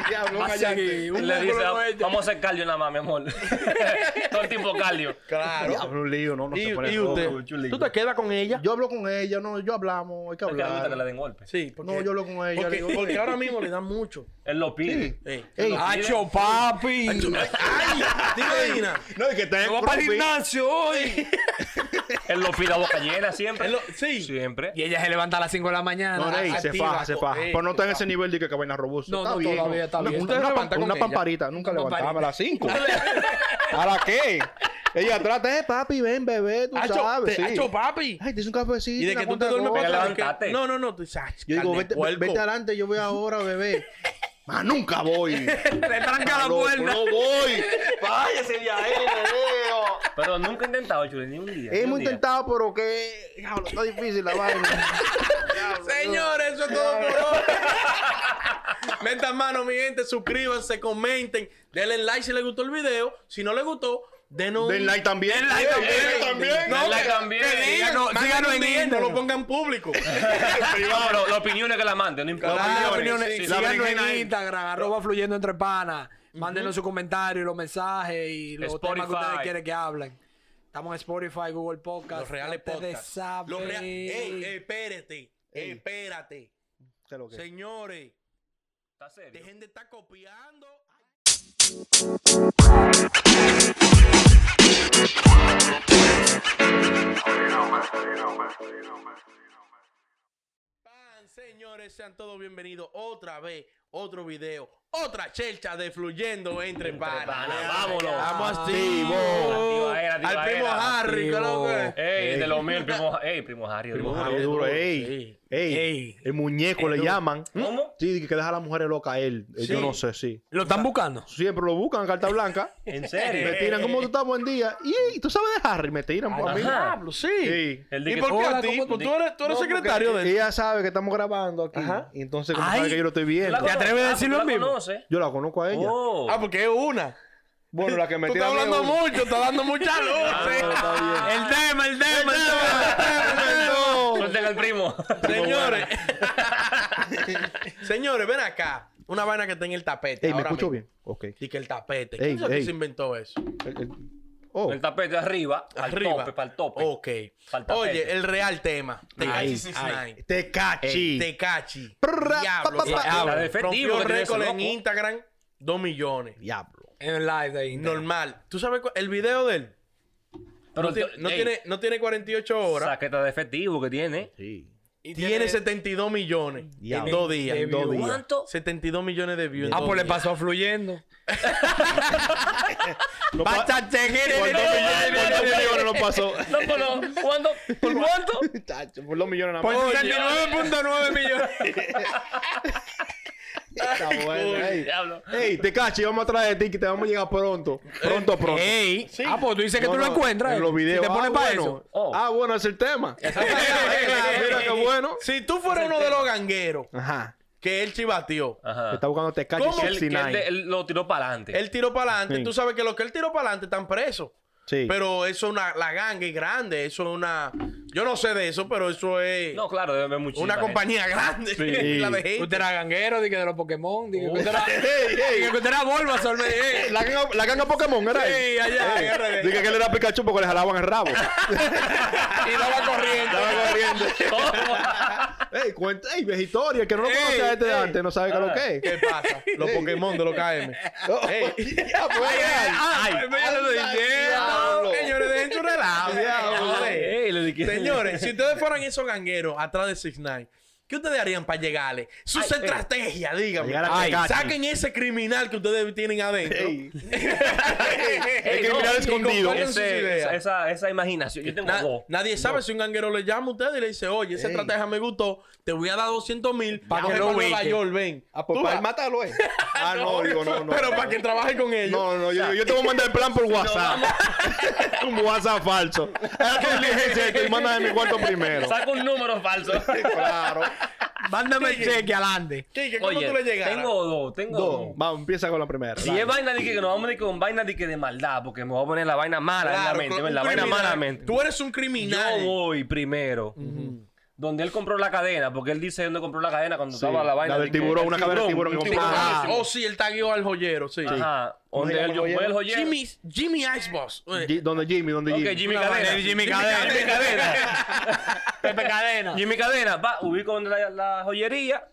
Speaker 2: Diablo,
Speaker 4: Pasa
Speaker 2: callate.
Speaker 4: que un
Speaker 1: Le dice,
Speaker 4: músculo no es-
Speaker 1: vamos a hacer cardio nada más, mi amor. este". Todo el tiempo cardio.
Speaker 3: Claro.
Speaker 2: Diablo, un lío, no, no
Speaker 3: Y,
Speaker 2: se pone
Speaker 3: y
Speaker 2: todo.
Speaker 3: usted,
Speaker 1: chulito.
Speaker 3: ¿tú te quedas con ella?
Speaker 2: Yo hablo con ella, no, yo hablamos, hay que
Speaker 1: Es que le gusta que le
Speaker 2: hablar.
Speaker 1: den golpes.
Speaker 3: Sí,
Speaker 2: No, yo hablo con ella. le
Speaker 3: Porque,
Speaker 2: digo,
Speaker 3: porque ahora mismo le dan mucho.
Speaker 1: Él lo pide.
Speaker 3: Eh.
Speaker 2: Ey,
Speaker 4: Hacho, papi.
Speaker 3: ¡Ay! ¿Te imaginas?
Speaker 2: no, es que está en
Speaker 4: No va para el
Speaker 2: CrossFit.
Speaker 4: gimnasio hoy.
Speaker 1: Él lo pide a boca llena siempre.
Speaker 3: Él lo- sí.
Speaker 1: Siempre.
Speaker 4: Y ella se levanta a las 5 de la mañana.
Speaker 2: No, Ney, se
Speaker 3: activa,
Speaker 2: faja, se faja.
Speaker 3: eh,
Speaker 2: Pero no está en
Speaker 3: se
Speaker 2: ese nivel de que, que vaina robusta.
Speaker 4: No,
Speaker 2: está
Speaker 4: no,
Speaker 2: bien.
Speaker 4: todavía está
Speaker 2: Una-
Speaker 4: bien.
Speaker 2: Una,
Speaker 4: Usted
Speaker 2: una
Speaker 4: levanta
Speaker 2: pam-
Speaker 4: con
Speaker 2: una
Speaker 4: ella.
Speaker 2: pamparita. Nunca
Speaker 4: Una
Speaker 2: levantaba a
Speaker 4: pamparita.
Speaker 2: las 5. ¿A la qué? Ella trata, eh, papi, ven, bebé, tú
Speaker 3: Hacho,
Speaker 2: sabes.
Speaker 3: te-
Speaker 2: sí.
Speaker 3: hacho, papi.
Speaker 2: Ay, te hice un cafecito.
Speaker 3: Y de
Speaker 2: una
Speaker 3: que tú
Speaker 2: cuanta
Speaker 3: te
Speaker 2: de
Speaker 3: duermes
Speaker 2: coca.
Speaker 3: para
Speaker 1: Ya
Speaker 3: atrás. de
Speaker 1: levantate.
Speaker 3: que- No, no, no. Tú dices, "Ay,
Speaker 2: Yo digo,
Speaker 3: carne
Speaker 2: vete,
Speaker 3: puerco".
Speaker 2: vete adelante, yo voy ahora, bebé. Más nunca voy.
Speaker 4: Le tranca la
Speaker 2: Loco,
Speaker 4: puerta.
Speaker 2: No voy.
Speaker 1: Váyase de ahí, Pero nunca he intentado, Chule, ni un día. ni un
Speaker 2: Hemos
Speaker 1: día.
Speaker 2: intentado, pero que. Diablo, está difícil la vaina.
Speaker 3: Señores, eso es todo por hoy. Metan mano, mi gente, suscríbanse, comenten, denle like si les gustó el video. Si no les gustó, denos un-
Speaker 2: Den like también. Den
Speaker 3: like
Speaker 2: like
Speaker 3: No,
Speaker 1: Denle like
Speaker 3: que-
Speaker 1: también.
Speaker 3: que digan,
Speaker 4: Síganos-
Speaker 3: mándenle
Speaker 4: síganos
Speaker 3: un
Speaker 4: en
Speaker 3: DM, No
Speaker 4: Instagram.
Speaker 3: lo pongan público.
Speaker 1: No, pero la opinión es que la mande, no importa.
Speaker 3: Claro.
Speaker 4: Las
Speaker 3: opiniones,
Speaker 4: opiniones.
Speaker 3: sí,
Speaker 2: la
Speaker 4: Síganos en
Speaker 2: berenjena ahí.
Speaker 4: Instagram, arroba fluyendo entre panas. Mándenos sus comentarios, los mensajes y los temas que
Speaker 1: Spotify.
Speaker 4: ustedes quieren que hablen. Estamos en Spotify, Google Podcast.
Speaker 3: Los reales
Speaker 4: ya ustedes
Speaker 3: podcasts.
Speaker 4: saben.
Speaker 3: Los reales. Ey, espérate.
Speaker 2: Ey.
Speaker 3: Espérate.
Speaker 2: ¿Qué lo que?
Speaker 3: Señores,
Speaker 1: ¿Estás serio?
Speaker 3: dejen de estar copiando. Pan, Señores, sean todos bienvenidos otra vez, otro video, otra chelcha de fluyendo entre panas.
Speaker 1: panas, vámonos.
Speaker 3: Vamos activo.
Speaker 1: Activa era, activa
Speaker 3: Al primo
Speaker 1: era.
Speaker 3: Harry, ¿qué es lo que?
Speaker 1: Ey, de los mil, primo, ey, primo Harry.
Speaker 3: Primo
Speaker 1: Harry.
Speaker 2: Ah,
Speaker 3: Harry.
Speaker 2: duro,
Speaker 3: Sí.
Speaker 2: ey, ey,
Speaker 4: Ey.
Speaker 2: el muñeco le llaman.
Speaker 1: ¿Cómo?
Speaker 2: Sí, que deja a las mujeres locas a él. Eh, Yo
Speaker 3: Sí.
Speaker 2: no sé, sí.
Speaker 4: ¿Lo están buscando?
Speaker 2: Siempre lo buscan, carta blanca.
Speaker 1: ¿En
Speaker 2: Me
Speaker 1: serio?
Speaker 2: tiran como tú estás buen día. Y, y tú sabes de Harry, me tiran por a mí.
Speaker 1: Ajá.
Speaker 3: Diablo, sí.
Speaker 2: Sí.
Speaker 1: El
Speaker 3: ¿Y
Speaker 1: que-
Speaker 3: por qué
Speaker 1: Hola,
Speaker 3: a ti?
Speaker 1: ¿cómo-
Speaker 3: Pues tú eres, tú eres
Speaker 2: No, porque
Speaker 3: secretario de
Speaker 2: Ella sabe que estamos grabando aquí. Y entonces, como
Speaker 4: Ay.
Speaker 2: sabe que yo lo estoy viendo,
Speaker 1: ¿La conoces?
Speaker 4: atreves a
Speaker 1: Ah,
Speaker 4: decirlo
Speaker 1: ¿tú la
Speaker 4: en vivo?
Speaker 1: conoces?
Speaker 2: yo la conozco a ella.
Speaker 1: Oh.
Speaker 3: Ah, porque es una.
Speaker 2: Bueno, la que me
Speaker 3: Tú
Speaker 2: tira
Speaker 3: estás
Speaker 2: a mí es
Speaker 3: hablando
Speaker 2: una.
Speaker 3: mucho, estás dando mucha luz. eh.
Speaker 4: El tema, el tema, el
Speaker 1: Suelten al primo.
Speaker 3: Señores. Señores, ven acá. Una vaina que está en el tapete.
Speaker 2: Ey, ¿me
Speaker 3: ahora
Speaker 2: escucho
Speaker 3: mismo.
Speaker 2: bien? Ok.
Speaker 3: Y que el tapete.
Speaker 2: Ey,
Speaker 3: ¿Quién fue que
Speaker 2: ey.
Speaker 3: se inventó eso?
Speaker 2: El- el- Oh,
Speaker 1: El tapete arriba,
Speaker 3: Arriba. Oh,
Speaker 1: al tope, para el tope.
Speaker 3: Ok.
Speaker 1: Pa'l tapete.
Speaker 3: Oye, el real tema. Tecachi
Speaker 2: Ay,
Speaker 3: 69.
Speaker 2: Tecachi.
Speaker 3: Tecachi.
Speaker 2: Prrra,
Speaker 3: Diablo.
Speaker 2: pa, pa, pa.
Speaker 1: La
Speaker 3: Diablo.
Speaker 1: defensiva
Speaker 3: Rompió
Speaker 1: que tiene ese
Speaker 3: récord en
Speaker 1: loco.
Speaker 3: Instagram. Dos millones.
Speaker 2: Diablo.
Speaker 4: En el live de ahí.
Speaker 3: Normal. ¿Tú sabes cuál- el video de él?
Speaker 1: Pero
Speaker 3: no, tiene, no,
Speaker 1: ey,
Speaker 3: tiene, no tiene 48 horas.
Speaker 1: Saqueta de efectivo que tiene.
Speaker 2: Sí.
Speaker 4: Y
Speaker 3: Tiene 72 millones en
Speaker 2: Diablo.
Speaker 3: dos días.
Speaker 4: de
Speaker 2: En dos
Speaker 4: views.
Speaker 2: días.
Speaker 1: ¿Cuánto?
Speaker 3: 72 millones de views. en
Speaker 4: Ah,
Speaker 3: dos
Speaker 4: pues le
Speaker 3: días.
Speaker 4: pasó fluyendo.
Speaker 2: No pa- Por dos millones, por dos millones no pasó.
Speaker 1: No, por lo- ¿cuánto? ¿Por cuánto?
Speaker 2: Tacho, Por dos millones nada
Speaker 4: Por
Speaker 3: Pues,
Speaker 2: más.
Speaker 4: 69.9 millones.
Speaker 2: Está bueno, ey.
Speaker 1: Diablo.
Speaker 2: Ey, Tecachi, vamos a traer de ti que te vamos a llegar pronto. Pronto, pronto.
Speaker 4: Ey. Ah, pues tú dices que
Speaker 2: No,
Speaker 4: tú lo
Speaker 2: no,
Speaker 4: encuentras.
Speaker 2: En los
Speaker 4: Si
Speaker 2: videos.
Speaker 4: te pones
Speaker 2: ah,
Speaker 4: para
Speaker 2: bueno.
Speaker 4: eso.
Speaker 1: Oh.
Speaker 2: Ah, bueno, es el tema. Mira qué bueno.
Speaker 3: Si tú fueras uno de los gangueros
Speaker 2: Ajá.
Speaker 3: que él chivateó,
Speaker 1: Ajá.
Speaker 2: Está buscando Tecachi
Speaker 3: ¿Cómo?
Speaker 1: Que él- que él
Speaker 2: 69.
Speaker 1: de- él lo tiró para adelante.
Speaker 3: él tiró para adelante.
Speaker 2: Sí.
Speaker 3: Tú sabes que lo que él tiró para adelante están presos.
Speaker 2: Sí.
Speaker 3: Pero eso es una. La ganga es grande. Eso es una. Yo no sé de eso, pero eso es.
Speaker 1: No, claro, debe haber muchísima
Speaker 3: una
Speaker 1: gente.
Speaker 3: compañía grande.
Speaker 2: Sí.
Speaker 3: la de gente.
Speaker 4: Usted era ganguero, dije de los Pokémon, dije que usted era.
Speaker 2: Ey, ey.
Speaker 4: Dije que usted era Bulbasaur, me dije, ey.
Speaker 2: Eh, La ganga, la ganga Pokémon era
Speaker 4: Sí,
Speaker 2: él.
Speaker 4: allá, en RD.
Speaker 2: Dije que él era Pikachu porque le jalaban el rabo.
Speaker 4: Y daba corriente.
Speaker 2: Estaba corriendo.
Speaker 1: ¿Cómo?
Speaker 2: Ey, cuenta, ey, es historia. El que no lo
Speaker 4: Ey,
Speaker 2: conoce a este de
Speaker 4: ey.
Speaker 2: antes no sabe qué es lo que es. Oh,
Speaker 3: ¿Qué pasa? Los Pokémon de los KM. Ey.
Speaker 2: Ya, pues, real.
Speaker 4: Ah. Ay,
Speaker 1: Ay,
Speaker 4: me
Speaker 2: anda,
Speaker 4: lo diciendo.
Speaker 2: diablo.
Speaker 3: Señores, dejen su relajo. señores.
Speaker 1: Ey, le dije-
Speaker 3: Señores, si ustedes fueran esos gangueros atrás de Six Nine, ¿qué ustedes harían para llegarle? Sus
Speaker 1: Ay,
Speaker 3: estrategias, díganme.
Speaker 2: Llegar a
Speaker 3: Ay,
Speaker 2: Tecachi.
Speaker 3: saquen ese criminal que ustedes tienen adentro.
Speaker 2: Ey.
Speaker 1: Ey,
Speaker 3: el
Speaker 1: no,
Speaker 3: criminal
Speaker 1: ey,
Speaker 3: escondido.
Speaker 1: ese-
Speaker 3: Esa-
Speaker 1: esa,
Speaker 3: esa-
Speaker 1: esa- esa imaginación. Yo tengo
Speaker 3: Na-
Speaker 1: dos.
Speaker 3: nadie sabe si un ganguero le llama a usted y le dice, oye, esa
Speaker 2: Ey.
Speaker 3: estrategia me gustó, te voy a dar 200 mil
Speaker 4: que lo
Speaker 3: Nueva
Speaker 4: ubiquen.
Speaker 3: York, ven.
Speaker 2: Ah, pues
Speaker 3: Tú
Speaker 2: para
Speaker 3: vas.
Speaker 2: él mátalo, eh. Ah, no, digo, no, no.
Speaker 3: Pero para que trabaje con ellos.
Speaker 2: No, no, yo, yo te voy a mandar el plan por WhatsApp. un WhatsApp falso. Haz tu diligencia y te mandas de mi cuarto primero.
Speaker 1: Saco un número falso.
Speaker 2: Claro.
Speaker 4: Mándame el cheque adelante.
Speaker 3: Quique, ¿cómo
Speaker 1: Oye,
Speaker 3: tú le llegas?
Speaker 1: tengo dos, tengo dos.
Speaker 2: Dos. Vamos, empieza con la primera.
Speaker 1: Si
Speaker 2: Dale.
Speaker 1: es vaina de que que nos vamos a ir con vaina de que de maldad, porque me voy a poner la vaina mala en la
Speaker 3: Claro,
Speaker 1: mente,
Speaker 3: un
Speaker 1: ¿ves? la vaina
Speaker 3: criminal.
Speaker 1: mala en la mente.
Speaker 3: Tú eres un criminal.
Speaker 1: Yo voy primero. Donde él compró la cadena, porque él dice dónde compró la cadena cuando estaba la vaina.
Speaker 2: la del tiburón, una cadena de tiburón que
Speaker 1: un
Speaker 2: compró.
Speaker 3: Ah,
Speaker 1: carísimo.
Speaker 3: oh, sí, él tagueó al joyero, sí.
Speaker 1: Ajá. Donde
Speaker 2: llama
Speaker 1: él
Speaker 2: el
Speaker 1: yo fue
Speaker 2: joyero?
Speaker 1: el joyero.
Speaker 3: Jimmy, Jimmy Icebox. Oye,
Speaker 2: Gi- Donde Jimmy, donde
Speaker 1: Ok,
Speaker 2: Jimmy.
Speaker 1: Jimmy
Speaker 4: Una vaina
Speaker 1: Cadena.
Speaker 4: de Jimmy Cadena.
Speaker 1: Jimmy Cadena.
Speaker 4: Pepe Cadena.
Speaker 1: Jimmy Cadena. Va, ubico donde la, la joyería.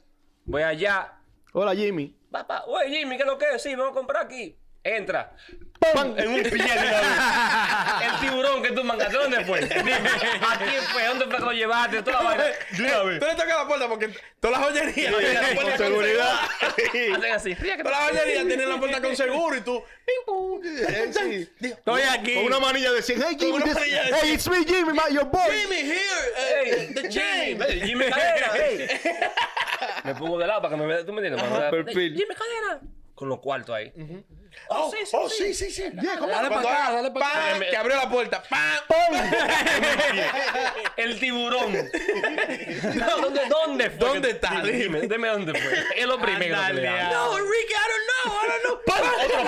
Speaker 1: Voy allá.
Speaker 2: Hola, Jimmy.
Speaker 1: Papá, oye Jimmy, ¿qué es lo que es? Sí, me voy a comprar aquí. Entra.
Speaker 2: ¡Pam!
Speaker 1: En un pie de la vez. El tiburón que tú mangaste, ¿dónde fue? Dime. ¿A quién fue? ¿Dónde fue que lo llevaste? Toda la vaina.
Speaker 3: Tú le tocas la puerta porque todas las joyerías
Speaker 1: Sí,
Speaker 3: tienen la
Speaker 1: sí,
Speaker 3: puerta
Speaker 2: Con
Speaker 3: con
Speaker 2: seguridad.
Speaker 3: seguro.
Speaker 1: Hacen así. Fría que
Speaker 3: Todas las joyerías tienen la puerta con seguro y tú. pim, pum,
Speaker 2: Eh, sí.
Speaker 4: Estoy aquí.
Speaker 2: Con una manilla de 100. Hey, Jimmy.
Speaker 3: una
Speaker 2: this-
Speaker 3: manilla de
Speaker 2: Hey, it's me, Jimmy, my, your boy.
Speaker 3: Jimmy here, eh,
Speaker 1: Hey,
Speaker 3: the chain.
Speaker 1: Jimmy, Jimmy Cadena, hey. Me pongo de lado para que me vea. ¿Tú me entiendes? Para
Speaker 2: Ajá,
Speaker 1: que me vea-
Speaker 2: perfil.
Speaker 1: Jimmy Cadena. Con los cuartos ahí.
Speaker 3: Oh, oh, sí, sí, sí.
Speaker 2: Yeah, come
Speaker 3: Cuando
Speaker 2: on.
Speaker 4: Dale para acá,
Speaker 3: haga
Speaker 4: dale para acá.
Speaker 3: ¡pam! que abrió la puerta, ¡pam!
Speaker 1: El tiburón. No, ¿dónde, ¿Dónde fue?
Speaker 3: ¿Dónde está? ah.
Speaker 1: Dime, dime, dime dónde fue. Es lo primero. que le
Speaker 4: Ándale,
Speaker 1: da.
Speaker 3: No, Enrique, I don't know, I don't know.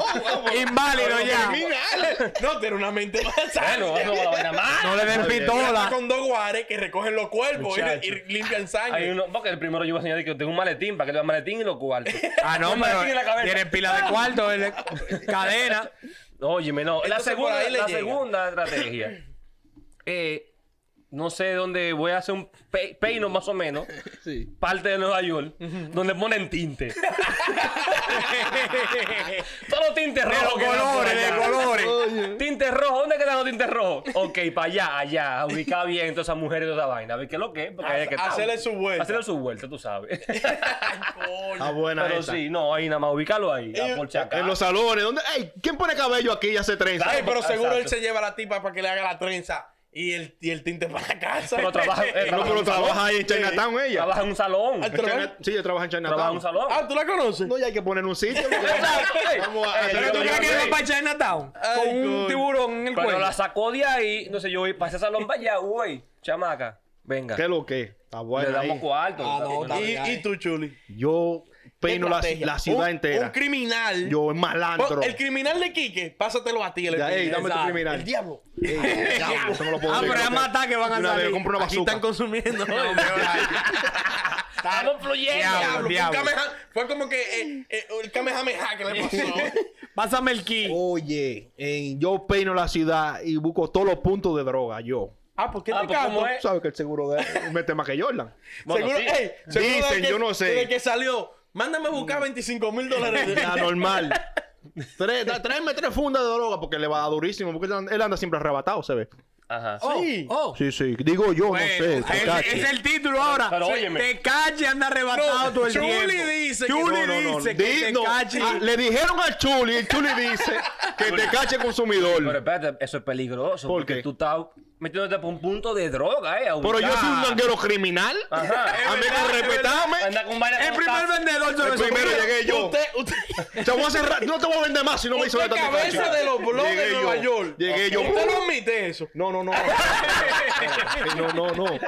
Speaker 1: Otro pie.
Speaker 4: Inválido ya.
Speaker 3: Criminal. No, tiene una mente más sana.
Speaker 1: Bueno, vamos a la vaina más.
Speaker 4: No le den
Speaker 3: Está
Speaker 4: pistola.
Speaker 3: con dos guares que recogen los cuerpos y,
Speaker 1: Muchacho.
Speaker 3: y limpian sangre.
Speaker 1: Hay uno, porque el primero yo voy a señalar que tengo un maletín, para que le el maletín y los cuartos.
Speaker 4: Ah, no,
Speaker 1: Un maletín en la
Speaker 4: pero
Speaker 1: cabeza.
Speaker 4: tiene pila de cuarto, él es- cadena.
Speaker 1: Óyeme, no. La
Speaker 3: Entonces, por
Speaker 1: segunda,
Speaker 3: ahí le
Speaker 1: la
Speaker 3: llega.
Speaker 1: segunda estrategia. Eh, no sé dónde voy a hacer un pe- peino más o menos.
Speaker 2: Sí.
Speaker 1: Parte de Nueva York. Donde ponen tinte. Todos los tintes
Speaker 4: De los
Speaker 1: rojos. que dan por
Speaker 4: colores, de
Speaker 1: allá.
Speaker 4: colores.
Speaker 1: Tintes rojos, ¿dónde quedan los tintes rojos? Ok, para allá, allá, ubicar bien todas esas mujeres y toda esa vaina. A ver qué es lo que es. porque ahí es que está.
Speaker 3: Hacerle su vuelta.
Speaker 1: Hacerle su vuelta, tú sabes.
Speaker 2: Ah, buena
Speaker 1: Pero
Speaker 2: esa.
Speaker 1: sí, no, ahí nada más ubicarlo ahí.
Speaker 3: Eh,
Speaker 1: ah, por si acaso.
Speaker 2: En los salones. ¿Dónde? ¡Ey! ¿Quién pone cabello aquí y hace trenza?
Speaker 3: Ay, pero seguro él
Speaker 1: Exacto.
Speaker 3: se lleva a la tipa para que le haga la trenza y el, y el tinte para la casa.
Speaker 1: Pero trabaja- eh,
Speaker 2: No, pero trabaja ahí en Chinatown ella.
Speaker 1: Trabaja en un salón.
Speaker 3: Al-
Speaker 2: China- Sí, ella trabaja
Speaker 1: Trabaja en
Speaker 2: en Chinatown.
Speaker 1: un salón.
Speaker 3: Ah, ¿tú la conoces?
Speaker 2: No, ya hay que poner un sitio. porque- Vamos a-
Speaker 1: Ey,
Speaker 2: a-
Speaker 4: Pero tú
Speaker 1: yo-
Speaker 4: crees
Speaker 1: yo-
Speaker 4: que
Speaker 1: yo-
Speaker 4: va para Chinatown
Speaker 3: Ay,
Speaker 4: con un
Speaker 3: coño.
Speaker 4: tiburón en el
Speaker 1: Pero
Speaker 2: pues.
Speaker 4: cuello.
Speaker 1: la sacó de ahí. Entonces yo voy para ese salón para allá, güey. Chamaca, venga.
Speaker 2: ¿Qué es lo que? Está
Speaker 1: Le
Speaker 2: bueno.
Speaker 1: damos
Speaker 2: ahí.
Speaker 1: cuarto.
Speaker 4: Ah, no,
Speaker 1: Está bien.
Speaker 3: Y,
Speaker 4: Ay, ay.
Speaker 3: y tú, Chuli.
Speaker 2: Yo peino la,
Speaker 3: Estrategia.
Speaker 2: la ciudad
Speaker 3: Un-
Speaker 2: entera.
Speaker 3: Un criminal.
Speaker 2: Yo
Speaker 3: Bueno,
Speaker 2: en Malantro.
Speaker 3: Oh, El criminal de Quique, pásatelo a ti. El,
Speaker 2: Ya, ey,
Speaker 3: el-
Speaker 2: dame tu
Speaker 4: Exacto.
Speaker 2: criminal.
Speaker 3: el diablo.
Speaker 2: Ey, diablo, eso no lo puedo
Speaker 4: Ah,
Speaker 2: decir,
Speaker 4: pero es
Speaker 2: ok.
Speaker 4: matar que van a
Speaker 2: Una vez
Speaker 4: salir.
Speaker 2: compro una
Speaker 3: Aquí
Speaker 2: bazooka.
Speaker 3: están consumiendo.
Speaker 1: Estamos fluyendo.
Speaker 4: Diablo,
Speaker 3: Diablo, fue,
Speaker 4: diablo.
Speaker 3: un Kameha- fue como que eh, eh, el Kamehameha que le pasó.
Speaker 4: Pásame el key.
Speaker 2: Oye, en- yo peino la ciudad y busco todos los puntos de droga. Yo.
Speaker 3: ah, ¿por qué
Speaker 1: Ah,
Speaker 3: te
Speaker 1: pues, ¿cómo
Speaker 3: canto?
Speaker 1: es?
Speaker 2: ¿Sabes que el seguro de él mete más que Jordan?
Speaker 1: Bueno,
Speaker 3: seguro,
Speaker 1: sí.
Speaker 3: ey, seguro
Speaker 2: Dicen,
Speaker 3: desde que-
Speaker 2: yo no sé.
Speaker 3: Desde que salió, mándame a buscar 25 mil dólares. de-
Speaker 2: Ya, normal. Tres, da- tráeme tres fundas de droga porque le va a dar durísimo. Porque él an- él anda siempre arrebatado, se ve.
Speaker 1: Ajá.
Speaker 3: Sí.
Speaker 4: Oh.
Speaker 2: Sí, sí. Digo yo,
Speaker 4: Bueno,
Speaker 2: no sé.
Speaker 4: ese-
Speaker 2: Tecachi.
Speaker 4: ese Eh, es el título ahora.
Speaker 1: Pero
Speaker 4: Sí,
Speaker 1: óyeme.
Speaker 4: Tecachi anda arrebatado
Speaker 3: No,
Speaker 4: todo el
Speaker 3: Chuli
Speaker 4: tiempo.
Speaker 3: dice que-
Speaker 4: Chuli
Speaker 2: No, no, no.
Speaker 4: dice
Speaker 2: Di-
Speaker 4: que
Speaker 2: no.
Speaker 4: Tecachi...
Speaker 2: Ah, Le dijeron al Chuli, el Chuli dice que te cache consumidor.
Speaker 1: Pero espérate, eso es peligroso.
Speaker 2: ¿Por
Speaker 1: porque
Speaker 2: qué?
Speaker 1: tú estás metiéndote por un punto de droga, eh. a
Speaker 2: Pero yo
Speaker 1: buscar.
Speaker 2: soy un eh. ganguero criminal.
Speaker 1: Ajá.
Speaker 2: A mí que respetame.
Speaker 1: Anda con varias
Speaker 4: El primer vendedor de
Speaker 2: El primero llegué yo.
Speaker 3: Usted, usted,
Speaker 2: Te voy a cerrar. No te voy a vender más si no me hizo
Speaker 3: usted
Speaker 2: esta
Speaker 3: cabeza de los blogs de
Speaker 2: Llegué
Speaker 3: Nueva
Speaker 2: yo.
Speaker 3: York.
Speaker 2: Llegué yo.
Speaker 3: ¿Usted no admite eso?
Speaker 2: No, no, no. No, no, no.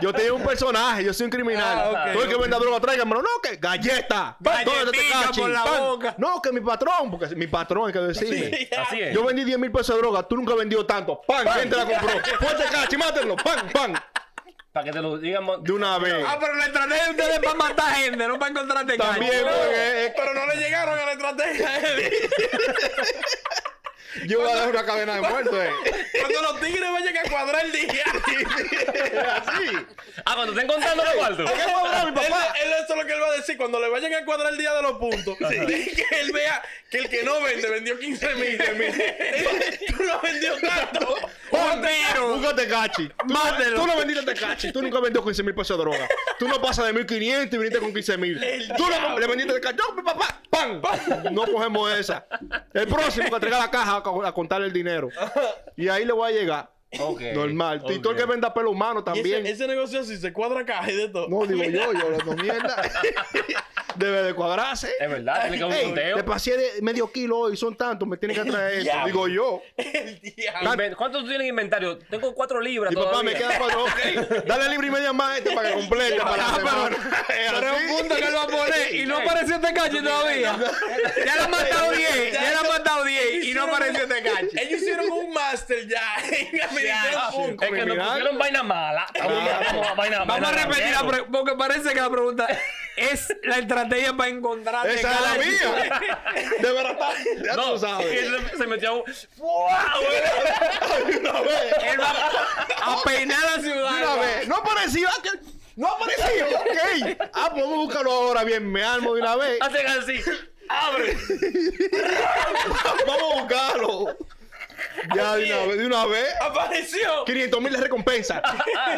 Speaker 2: Yo tenía un personaje, yo soy un criminal.
Speaker 3: Ah, ok,
Speaker 2: Todo el que
Speaker 3: ok.
Speaker 2: venda droga, tráigamelo. No, que galleta.
Speaker 4: Galletita
Speaker 2: Todo el de Tecachi.
Speaker 4: por la
Speaker 2: Pan.
Speaker 4: boca.
Speaker 2: No, que mi patrón, porque mi patrón hay que decirle.
Speaker 1: Así es.
Speaker 2: Yo vendí 10 mil pesos de droga, tú nunca has vendido tanto. ¡Pam! ¿Quién te la compró? ¡Fuerte cachi, mátenlo! ¡Pam! ¡Pam!
Speaker 1: Para que te lo digan. mo-
Speaker 2: De una vez.
Speaker 4: Ah, pero la estrategia de ustedes es para matar gente, no para encontrar Tecachi.
Speaker 2: También, porque eh, es-
Speaker 3: Pero no le llegaron a la estrategia. eh.
Speaker 2: yo voy a dejar una cadena de muertos, eh.
Speaker 3: Cuando los tigres vayan a cuadrar el día.
Speaker 2: Así.
Speaker 1: Ah, cuando estén contando los cuartos.
Speaker 2: ¿Qué voy a hablar, Ah, mi papá?
Speaker 3: Él, él eso es lo que él va a decir. Cuando le vayan a cuadrar el día de los puntos, que él vea que el que no vende vendió 15 mil. Tú no vendió tanto.
Speaker 4: ¡Bombero!
Speaker 2: Nunca te cachi. Tú no-
Speaker 4: Mátelo.
Speaker 2: Tú no vendiste te cachi. Tú nunca vendió 15 mil pesos de droga. Tú no pasas de 1500 y viniste con 15 mil. Tú no le vendiste te cachi. No, mi papá. ¡Pam! No cogemos esa. El próximo que traiga la caja a co- a contar el dinero. Y ahí le voy a llegar.
Speaker 1: Ok.
Speaker 2: Normal. Y todo el que
Speaker 1: ok.
Speaker 2: venda pelo humano
Speaker 3: Y
Speaker 2: también.
Speaker 3: Ese, ese negocio si se cuadra acá y de todo.
Speaker 2: No, digo yo, yo no mierda. Debe de cuadrarse.
Speaker 1: Es verdad, tiene que haber un
Speaker 2: Ey,
Speaker 1: conteo.
Speaker 2: le pasé de medio kilo hoy, son tantos, me tienen que traer esto. Digo yo.
Speaker 3: El diablo.
Speaker 1: Inven- ¿Cuánto tú tienes en inventario? Tengo cuatro libras.
Speaker 2: Y papá
Speaker 1: todavía.
Speaker 2: me queda para ok, Dale libre y media más a este para que complete para la
Speaker 4: Ah,
Speaker 2: semana. Es
Speaker 4: Pero es
Speaker 2: así.
Speaker 4: un punto que lo va a poner y no apareció Tecachi todavía. Ya le han matado 10, ya le han matado 10 y no apareció Tecachi.
Speaker 3: Ellos hicieron un máster ya en
Speaker 1: Ah,
Speaker 3: American Punk.
Speaker 1: Es que nos
Speaker 2: criminal. Ah,
Speaker 1: pusieron vaina mala. Vamos a vaina
Speaker 4: Vamos a
Speaker 1: mala,
Speaker 4: repetir la
Speaker 1: viejo.
Speaker 4: pregunta, porque parece que la pregunta es la estrategia para encontrar
Speaker 2: Esa es la
Speaker 4: Tecachi.
Speaker 2: mía. De verdad, ya
Speaker 1: No,
Speaker 2: tú sabes.
Speaker 1: se- se metió un... ¡Fua, güey!
Speaker 2: Una vez,
Speaker 4: Él va a peinar la ciudad.
Speaker 2: una
Speaker 4: va.
Speaker 2: vez. No apareció. ah, que- No apareció. Ok. Ah, podemos buscarlo ahora bien. Me armo de una vez.
Speaker 1: Hacen así. ¡Abre!
Speaker 2: Vamos a buscarlo. Ya de una vez. De una vez.
Speaker 3: Apareció.
Speaker 2: 500 mil de recompensa.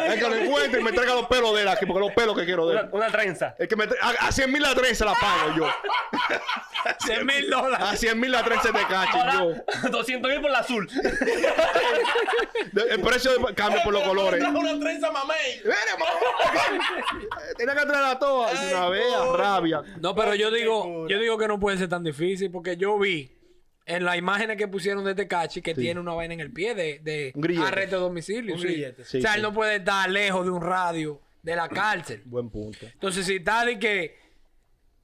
Speaker 2: El que lo encuentre y me traiga los pelos de él aquí, porque los pelos que quiero de
Speaker 1: Una,
Speaker 2: él.
Speaker 1: una trenza.
Speaker 2: El que me tra- a, a 100 mil la trenza la pago yo.
Speaker 4: 100 mil dólares.
Speaker 2: A 100 mil la trenza de cacho
Speaker 1: Ahora,
Speaker 2: yo.
Speaker 1: 200 mil por la azul.
Speaker 2: De- el precio de- cambia por los colores.
Speaker 3: Trajo una trenza mamey.
Speaker 2: Mire, mamá. Tenía que traer a todas. De una vez, a rabia.
Speaker 4: No, pero yo digo, yo digo que no puede ser tan difícil porque yo vi en las imágenes que pusieron de Tecachi que tiene una vaina en el pie de, de
Speaker 2: Un grillete.
Speaker 4: arresto de domicilio. sí.
Speaker 3: grillete,
Speaker 2: sí,
Speaker 4: o sea,
Speaker 2: sí.
Speaker 4: él no puede estar lejos de un radio de la cárcel.
Speaker 2: Buen punto.
Speaker 4: Entonces, si está de que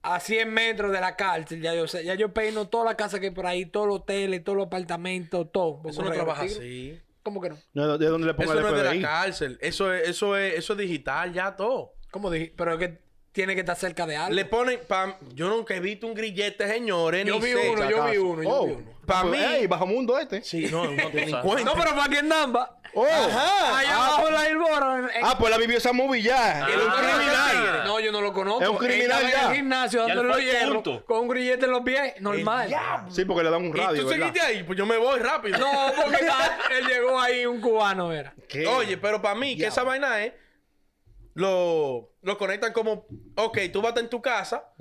Speaker 4: a 100 metros de la cárcel, ya yo, sé- ya yo peino toda la casa que hay por ahí, todos los hoteles, todos los apartamentos, todo.
Speaker 3: Eso
Speaker 4: Porque
Speaker 3: no trabaja
Speaker 4: tigre-
Speaker 3: así.
Speaker 4: ¿Cómo que no?
Speaker 2: No, ¿De dónde le pongo
Speaker 3: Eso
Speaker 2: el
Speaker 3: no es de
Speaker 2: FBI?
Speaker 3: la cárcel. Eso es, eso es, eso es digital ya todo.
Speaker 4: ¿Cómo dije? Pero es que tiene que estar cerca de algo.
Speaker 3: Le ponen. pa- yo nunca he visto un grillete, señores.
Speaker 4: Yo
Speaker 3: ni
Speaker 4: vi
Speaker 3: sé.
Speaker 4: uno, yo vi uno, yo
Speaker 2: Oh,
Speaker 4: vi uno.
Speaker 3: Pa'
Speaker 2: pues,
Speaker 3: mí-
Speaker 2: ey, bajo mundo este.
Speaker 3: Sí, no, un delincuente.
Speaker 4: No, pero fucking namba.
Speaker 2: Oh.
Speaker 3: Ajá.
Speaker 4: Allá abajo en la Ilbora. en- en-
Speaker 2: Ah, pues la vivió esa movie ya.
Speaker 3: Era un
Speaker 4: Ah,
Speaker 3: criminal.
Speaker 4: No, yo no lo conozco.
Speaker 2: Es un criminal
Speaker 4: Ella va en
Speaker 2: ya.
Speaker 4: el gimnasio
Speaker 1: Ya
Speaker 4: dándole
Speaker 1: fue
Speaker 4: los
Speaker 1: al
Speaker 4: hierros
Speaker 1: punto.
Speaker 4: con un grillete en los pies, normal.
Speaker 2: Sí, porque le dan un
Speaker 3: ¿Y
Speaker 2: radio,
Speaker 3: tú
Speaker 2: ¿verdad?
Speaker 3: seguiste ahí? Pues yo me voy rápido.
Speaker 4: No, porque ta- él llegó ahí un cubano, era.
Speaker 2: ¿Qué?
Speaker 3: Oye, pero para mí, que esa vaina es. Lo, lo conectan como, ok, tú vas en tu casa,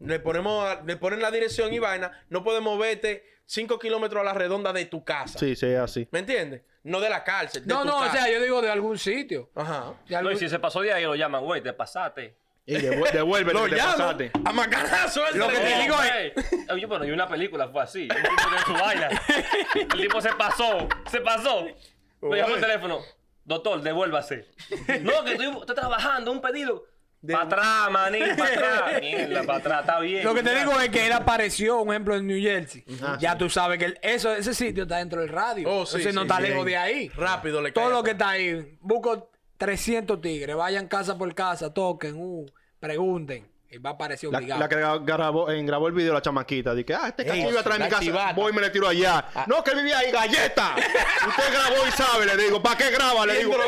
Speaker 3: le, ponemos a- le ponen la dirección y vaina, no puedes moverte 5 kilómetros a la redonda de tu casa.
Speaker 2: Sí, sí, es así.
Speaker 3: ¿Me entiendes? No de la cárcel. de
Speaker 4: No,
Speaker 3: tu
Speaker 4: no, o
Speaker 3: casa.
Speaker 4: sea, yo digo de algún sitio.
Speaker 3: Ajá.
Speaker 4: De
Speaker 1: No,
Speaker 4: algún-
Speaker 1: y si se pasó de ahí, lo llaman, güey, te pasaste.
Speaker 2: Y devuelve, devuelve
Speaker 3: Lo
Speaker 2: te
Speaker 3: llaman
Speaker 2: pasaste.
Speaker 3: a macanazo.
Speaker 4: Lo que te
Speaker 1: No,
Speaker 4: digo eh. es-
Speaker 1: Eh, güey. Oye, bueno, y una película fue así. El tipo de su vaina. El tipo se pasó. Se pasó. Me llamó el teléfono. Doctor, devuélvase. No, que estoy, estoy trabajando, un pedido. Para atrás, maní, para atrás. Mierda, para atrás, está bien.
Speaker 4: Lo que te digo es que él apareció, un ejemplo, en New Jersey.
Speaker 2: Ah,
Speaker 4: ya tú sabes que el- eso, ese sitio está dentro del radio.
Speaker 3: Oh, sí,
Speaker 4: Entonces no
Speaker 3: sí,
Speaker 4: está
Speaker 3: bien.
Speaker 4: lejos de ahí.
Speaker 3: Rápido le
Speaker 4: Todo
Speaker 3: cae
Speaker 4: lo
Speaker 3: atrás.
Speaker 4: que está ahí. Busco 300 tigres. Vayan casa por casa, toquen, uh, pregunten. Y va a aparecer
Speaker 2: La,
Speaker 4: obligado.
Speaker 2: la que gra- grabó, en- grabó el video la chamaquita. Dije, ah, este
Speaker 3: Ey,
Speaker 2: cachillo iba a traer mi
Speaker 3: la
Speaker 2: casa.
Speaker 3: chivata.
Speaker 2: Voy y me le tiro allá. No, que él vivía ahí, galleta. Usted grabó y sabe, le digo. ¿Para qué graba? Le digo.